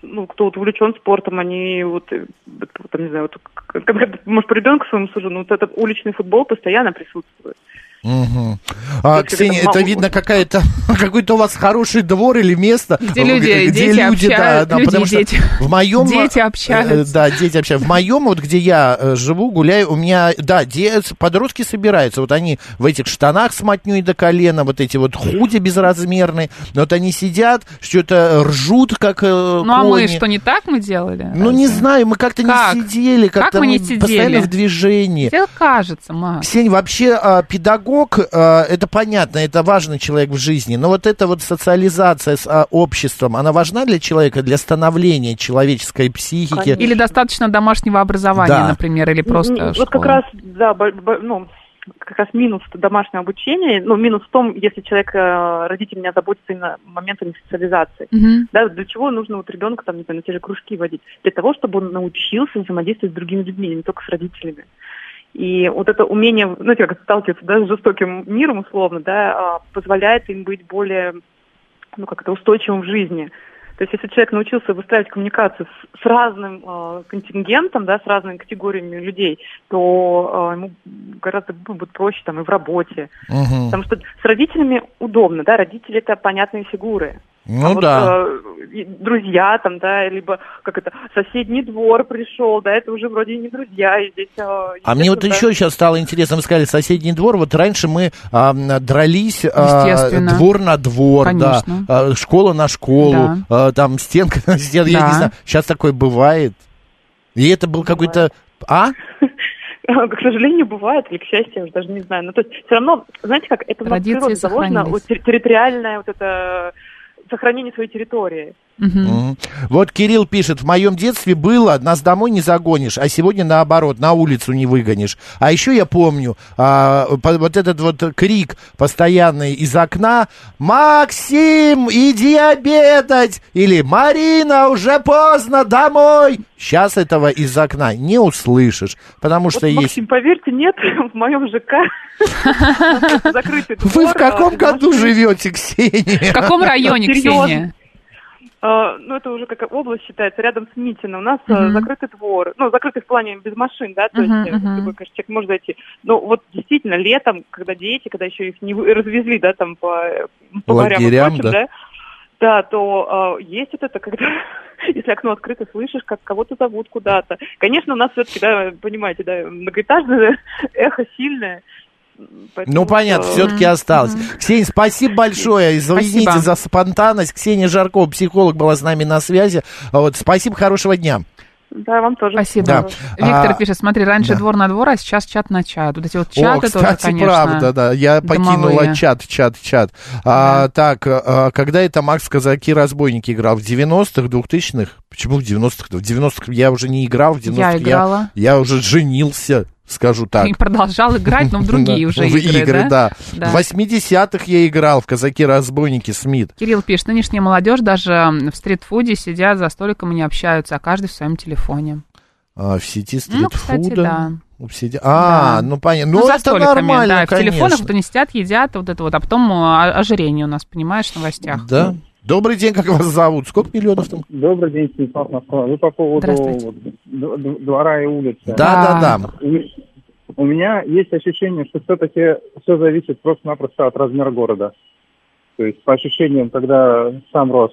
[SPEAKER 4] ну, кто вот увлечен спортом, они вот, э, вот, там, не знаю, вот, как- как- может, по ребенку своему сужу, но вот этот уличный футбол постоянно присутствует.
[SPEAKER 1] Мгм. А,
[SPEAKER 4] Как-то
[SPEAKER 1] Ксения,
[SPEAKER 4] это
[SPEAKER 1] это
[SPEAKER 4] мало-
[SPEAKER 1] видно какая-то [LAUGHS] какой-то у вас хороший двор или место,
[SPEAKER 2] Где люди, дети
[SPEAKER 1] да,
[SPEAKER 2] общают,
[SPEAKER 1] да,
[SPEAKER 2] люди,
[SPEAKER 1] потому что
[SPEAKER 2] дети.
[SPEAKER 1] в моем
[SPEAKER 2] Дети
[SPEAKER 1] э,
[SPEAKER 2] общаются.
[SPEAKER 1] да, дети общаются. В моем вот где я э, живу, гуляю, у меня да, де- подростки собираются, вот они в этих штанах с мотней до колена, вот эти вот худи безразмерные, вот они сидят, что-то ржут как э,
[SPEAKER 2] Ну а мы
[SPEAKER 1] кони.
[SPEAKER 2] что, не так мы делали?
[SPEAKER 1] Ну не знаю, мы как-то
[SPEAKER 2] Как?
[SPEAKER 1] не сидели,
[SPEAKER 2] Как
[SPEAKER 1] как-то
[SPEAKER 2] вы не
[SPEAKER 1] постоянно
[SPEAKER 2] сидели?
[SPEAKER 1] в движении.
[SPEAKER 2] Тебе кажется, Макс.
[SPEAKER 1] Ксения, вообще а, педагог, а, это понятно, это важный человек в жизни, но вот эта вот социализация с а, обществом, она важна для человека, для становления человеческой психики?
[SPEAKER 2] Или достаточно домашнего образования,
[SPEAKER 1] Да.
[SPEAKER 2] например, или
[SPEAKER 4] М, м,
[SPEAKER 2] просто
[SPEAKER 4] Ну, Вот как
[SPEAKER 2] школа.
[SPEAKER 4] раз, да, бо- бо- ну, как раз минус домашнего обучения, ну, минус в том, если человек, э, родитель не озаботится именно моментами социализации.
[SPEAKER 2] Мгм.
[SPEAKER 4] Да, для чего нужно вот ребенка там, не знаю, на те же кружки водить? Для того, чтобы он научился взаимодействовать с другими людьми, а не только с родителями. И вот это умение, ну, знаете, как сталкиваться да, с жестоким миром, условно, да, а, позволяет им быть более, ну, как это, устойчивым в жизни. То есть, если человек научился выстраивать коммуникацию с, с разным э, контингентом, да, с разными категориями людей, то э, ему гораздо ну, будет проще там и в работе.
[SPEAKER 1] Мгм.
[SPEAKER 4] Потому что с родителями удобно, да, родители это понятные фигуры.
[SPEAKER 1] Ну
[SPEAKER 4] А вот,
[SPEAKER 1] да.
[SPEAKER 4] э, и друзья там, да, либо как это, соседний двор пришел, да, это уже вроде и не друзья, и здесь... э,
[SPEAKER 1] А мне вот
[SPEAKER 4] естественно,
[SPEAKER 1] еще сейчас стало интересно, вы сказали соседний двор, вот раньше мы а, м, дрались а,
[SPEAKER 2] Естественно.
[SPEAKER 1] двор на двор,
[SPEAKER 2] Конечно.
[SPEAKER 1] да, а, школа на школу, а, там стенка [LAUGHS] на стенку, я
[SPEAKER 2] Да.
[SPEAKER 1] не знаю, сейчас такое бывает. И это был какой-то... А?
[SPEAKER 4] [LAUGHS] К сожалению, бывает, или к счастью, я уже даже не знаю. Но то есть все равно, знаете как, это у нас в
[SPEAKER 2] Традиции
[SPEAKER 4] природе заложено
[SPEAKER 2] сохранились.
[SPEAKER 4] вот, тер- территориальное вот это э, сохранение своей территории.
[SPEAKER 2] Мгм.
[SPEAKER 1] Мгм. Вот Кирилл пишет, в моем детстве было, нас домой не загонишь, а сегодня наоборот, на улицу не выгонишь. А еще я помню а, по- вот этот вот крик постоянный из окна, Максим, иди обедать, или Марина, уже поздно, домой. Сейчас этого из окна не услышишь, потому что
[SPEAKER 4] вот,
[SPEAKER 1] есть...
[SPEAKER 4] Максим, поверьте, нет, [LAUGHS] в
[SPEAKER 1] [LAUGHS]
[SPEAKER 4] моем ЖК закрытый двор.
[SPEAKER 1] Вы в
[SPEAKER 4] э,
[SPEAKER 1] каком году
[SPEAKER 4] машин-
[SPEAKER 1] живете, Ксения?
[SPEAKER 2] В
[SPEAKER 4] [LAUGHS]
[SPEAKER 2] каком районе,
[SPEAKER 4] Серьезно?
[SPEAKER 2] Ксения?
[SPEAKER 4] э, Ну, это уже как область считается, рядом с Митино. У нас э,
[SPEAKER 2] Мгм.
[SPEAKER 4] закрытый двор. Ну, закрытый в плане без машин, да, то
[SPEAKER 2] Мгм,
[SPEAKER 4] есть э,
[SPEAKER 2] мгм.
[SPEAKER 4] любой, конечно, человек может зайти. Но вот действительно, летом, когда дети, когда еще их не вы- развезли, да, там по, э, по морям и
[SPEAKER 1] Лагерям,
[SPEAKER 4] прочим,
[SPEAKER 1] да.
[SPEAKER 4] да, Да, то э, есть вот это, когда [LAUGHS] если окно открыто, слышишь, как кого-то зовут куда-то. Конечно, у нас все-таки, да, понимаете, да, многоэтажное [LAUGHS] эхо сильное. поэтому,
[SPEAKER 1] Ну, понятно,
[SPEAKER 4] э,
[SPEAKER 1] все-таки осталось. Ксения, спасибо большое. Извините
[SPEAKER 2] Спасибо.
[SPEAKER 1] за спонтанность. Ксения Жаркова, психолог, была с нами на связи. А Вот, спасибо, хорошего дня.
[SPEAKER 4] Да, вам тоже.
[SPEAKER 2] Спасибо.
[SPEAKER 1] Да.
[SPEAKER 2] Виктор
[SPEAKER 1] А,
[SPEAKER 2] пишет, смотри, раньше
[SPEAKER 1] да.
[SPEAKER 2] двор на двор, а сейчас чат на чат. Вот эти вот чаты
[SPEAKER 1] О,
[SPEAKER 2] тоже,
[SPEAKER 1] кстати,
[SPEAKER 2] конечно.
[SPEAKER 1] правда, да. Ну, Я покинула
[SPEAKER 2] домовые.
[SPEAKER 1] чат, чат, чат. А, так, а, когда это Макс Казаки Разбойники играл? В 90-х, 2000-х? Почему в 90-х? В 90-х я уже не играл, в 90-х я,
[SPEAKER 2] играла.
[SPEAKER 1] я уже женился, скажу так.
[SPEAKER 2] И продолжал играть,
[SPEAKER 1] [LAUGHS]
[SPEAKER 2] но [LAUGHS] в другие
[SPEAKER 1] Да,
[SPEAKER 2] уже
[SPEAKER 1] в
[SPEAKER 2] игры, да? Да.
[SPEAKER 1] да. В 80-х я играл в Казаки-разбойники Смит.
[SPEAKER 2] Кирилл пишет, нынешняя молодежь даже в стритфуде сидят за столиком и не общаются, а каждый в своем телефоне.
[SPEAKER 1] А, в сети
[SPEAKER 2] Ну, кстати, да.
[SPEAKER 1] стритфуда? Ну, в сети- А,
[SPEAKER 2] Да.
[SPEAKER 1] ну понятно. Ну,
[SPEAKER 2] за
[SPEAKER 1] это
[SPEAKER 2] столиками,
[SPEAKER 1] нормально,
[SPEAKER 2] да, в
[SPEAKER 1] конечно.
[SPEAKER 2] телефонах вот они сидят, едят, вот это вот, а потом а, ожирение у нас, понимаешь, в новостях.
[SPEAKER 1] Да. Добрый день, как вас зовут? Сколько миллионов там?
[SPEAKER 6] Добрый день, Станислав Москва. Вы по поводу
[SPEAKER 2] Здравствуйте.
[SPEAKER 6] вот д- д- двора и улицы.
[SPEAKER 1] Да, да, да.
[SPEAKER 6] И У меня есть ощущение, что все-таки все зависит просто-напросто от размера города. То есть по ощущениям, когда сам рос.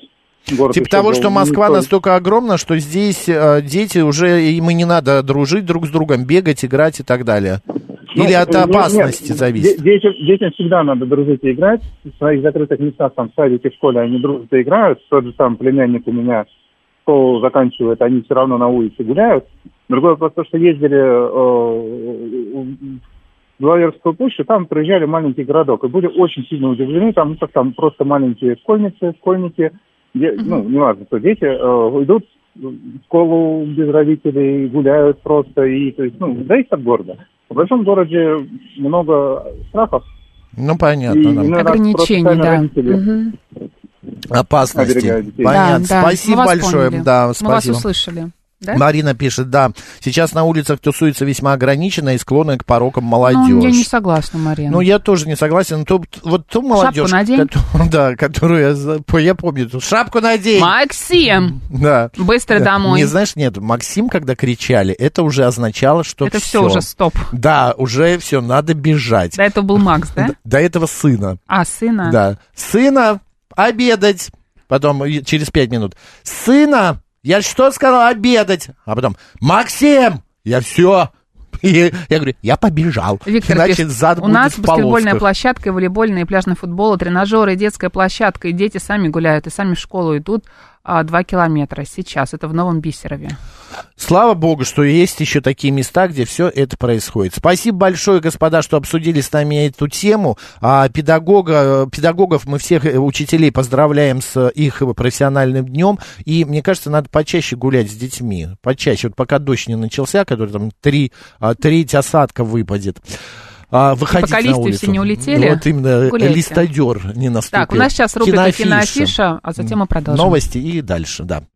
[SPEAKER 6] Город
[SPEAKER 1] Типа
[SPEAKER 6] еще
[SPEAKER 1] того,
[SPEAKER 6] был
[SPEAKER 1] что
[SPEAKER 6] не
[SPEAKER 1] Москва
[SPEAKER 6] столь-
[SPEAKER 1] настолько огромна, что здесь э, дети уже, им и не надо дружить друг с другом, бегать, играть и так далее.
[SPEAKER 6] Ну,
[SPEAKER 1] Или от
[SPEAKER 6] нет,
[SPEAKER 1] опасности
[SPEAKER 6] нет,
[SPEAKER 1] зависит.
[SPEAKER 6] де- Детям, детям всегда надо дружить и играть. В своих закрытых местах, там, в садике, в школе они дружат и играют. Тот же сам племянник у меня школу заканчивает, они все равно на улице гуляют. Другой вопрос, то, что ездили э, в Беловерскую пущу, там проезжали маленький городок и были очень сильно удивлены, там, ну, как там просто маленькие школьницы, школьники, де- ну, неважно, кто дети, э, идут в школу без родителей, гуляют просто, и, то есть, ну, зависит от города. В большом городе много страхов.
[SPEAKER 1] Ну,
[SPEAKER 6] и
[SPEAKER 1] понятно, да.
[SPEAKER 6] иной раз просто
[SPEAKER 2] Ограничений,
[SPEAKER 6] сами
[SPEAKER 2] да.
[SPEAKER 6] родители
[SPEAKER 2] Мгм.
[SPEAKER 1] Опасности.
[SPEAKER 6] оберегают детей.
[SPEAKER 2] Да,
[SPEAKER 1] Понятно.
[SPEAKER 2] да. Мы
[SPEAKER 1] Спасибо
[SPEAKER 2] вас
[SPEAKER 1] большое.
[SPEAKER 2] поняли.
[SPEAKER 1] Да,
[SPEAKER 2] Мы вас
[SPEAKER 1] спасибо.
[SPEAKER 2] услышали. Ну, Да?
[SPEAKER 1] Марина пишет, да, сейчас на улицах тусуется весьма ограниченно и склонны к порокам молодежь.
[SPEAKER 2] Ну, я не согласна, Марина.
[SPEAKER 1] Ну, я тоже не согласен. То, вот ту молодежь,
[SPEAKER 2] надень.
[SPEAKER 1] кото- [LAUGHS] да, которую я, за- по- я помню. тут Шапку надень.
[SPEAKER 2] Максим!
[SPEAKER 1] Да.
[SPEAKER 2] Быстро
[SPEAKER 1] Да.
[SPEAKER 2] домой.
[SPEAKER 1] Не знаешь, нет, Максим, когда кричали, это уже означало, что
[SPEAKER 2] Это
[SPEAKER 1] все.
[SPEAKER 2] все уже стоп.
[SPEAKER 1] Да, уже все, надо бежать.
[SPEAKER 2] До этого был Макс, да?
[SPEAKER 1] До этого сына.
[SPEAKER 2] А, сына?
[SPEAKER 1] Да. Сына, обедать. Потом и- через пять минут. Сына, я что сказал, обедать. А потом, Максим, я все. [LAUGHS] И я говорю, я побежал.
[SPEAKER 2] Виктор
[SPEAKER 1] Иначе
[SPEAKER 2] пишет,
[SPEAKER 1] зад
[SPEAKER 2] у
[SPEAKER 1] будет
[SPEAKER 2] нас
[SPEAKER 1] в
[SPEAKER 2] баскетбольная
[SPEAKER 1] полосках».
[SPEAKER 2] площадка, и волейбольный, и пляжный футбол, и тренажеры, и детская площадка, и дети сами гуляют, и сами в школу идут а, два километра сейчас. Это в Новом Бисерове.
[SPEAKER 1] Слава богу, что есть еще такие места, где все это происходит. Спасибо большое, господа, что обсудили с нами эту тему. А педагога, педагогов мы всех э, учителей поздравляем с э, их профессиональным днем. И мне кажется, надо почаще гулять с детьми. Почаще. Вот пока дождь не начался, который там три, а, треть осадка выпадет. А, выходить
[SPEAKER 2] пока
[SPEAKER 1] на
[SPEAKER 2] листья все
[SPEAKER 1] улицу.
[SPEAKER 2] не улетели,
[SPEAKER 1] Вот именно
[SPEAKER 2] гуляйте.
[SPEAKER 1] листодер не наступил.
[SPEAKER 2] Так, у нас сейчас рубрика «Киноафиша», а затем мы продолжим.
[SPEAKER 1] Новости и дальше, да.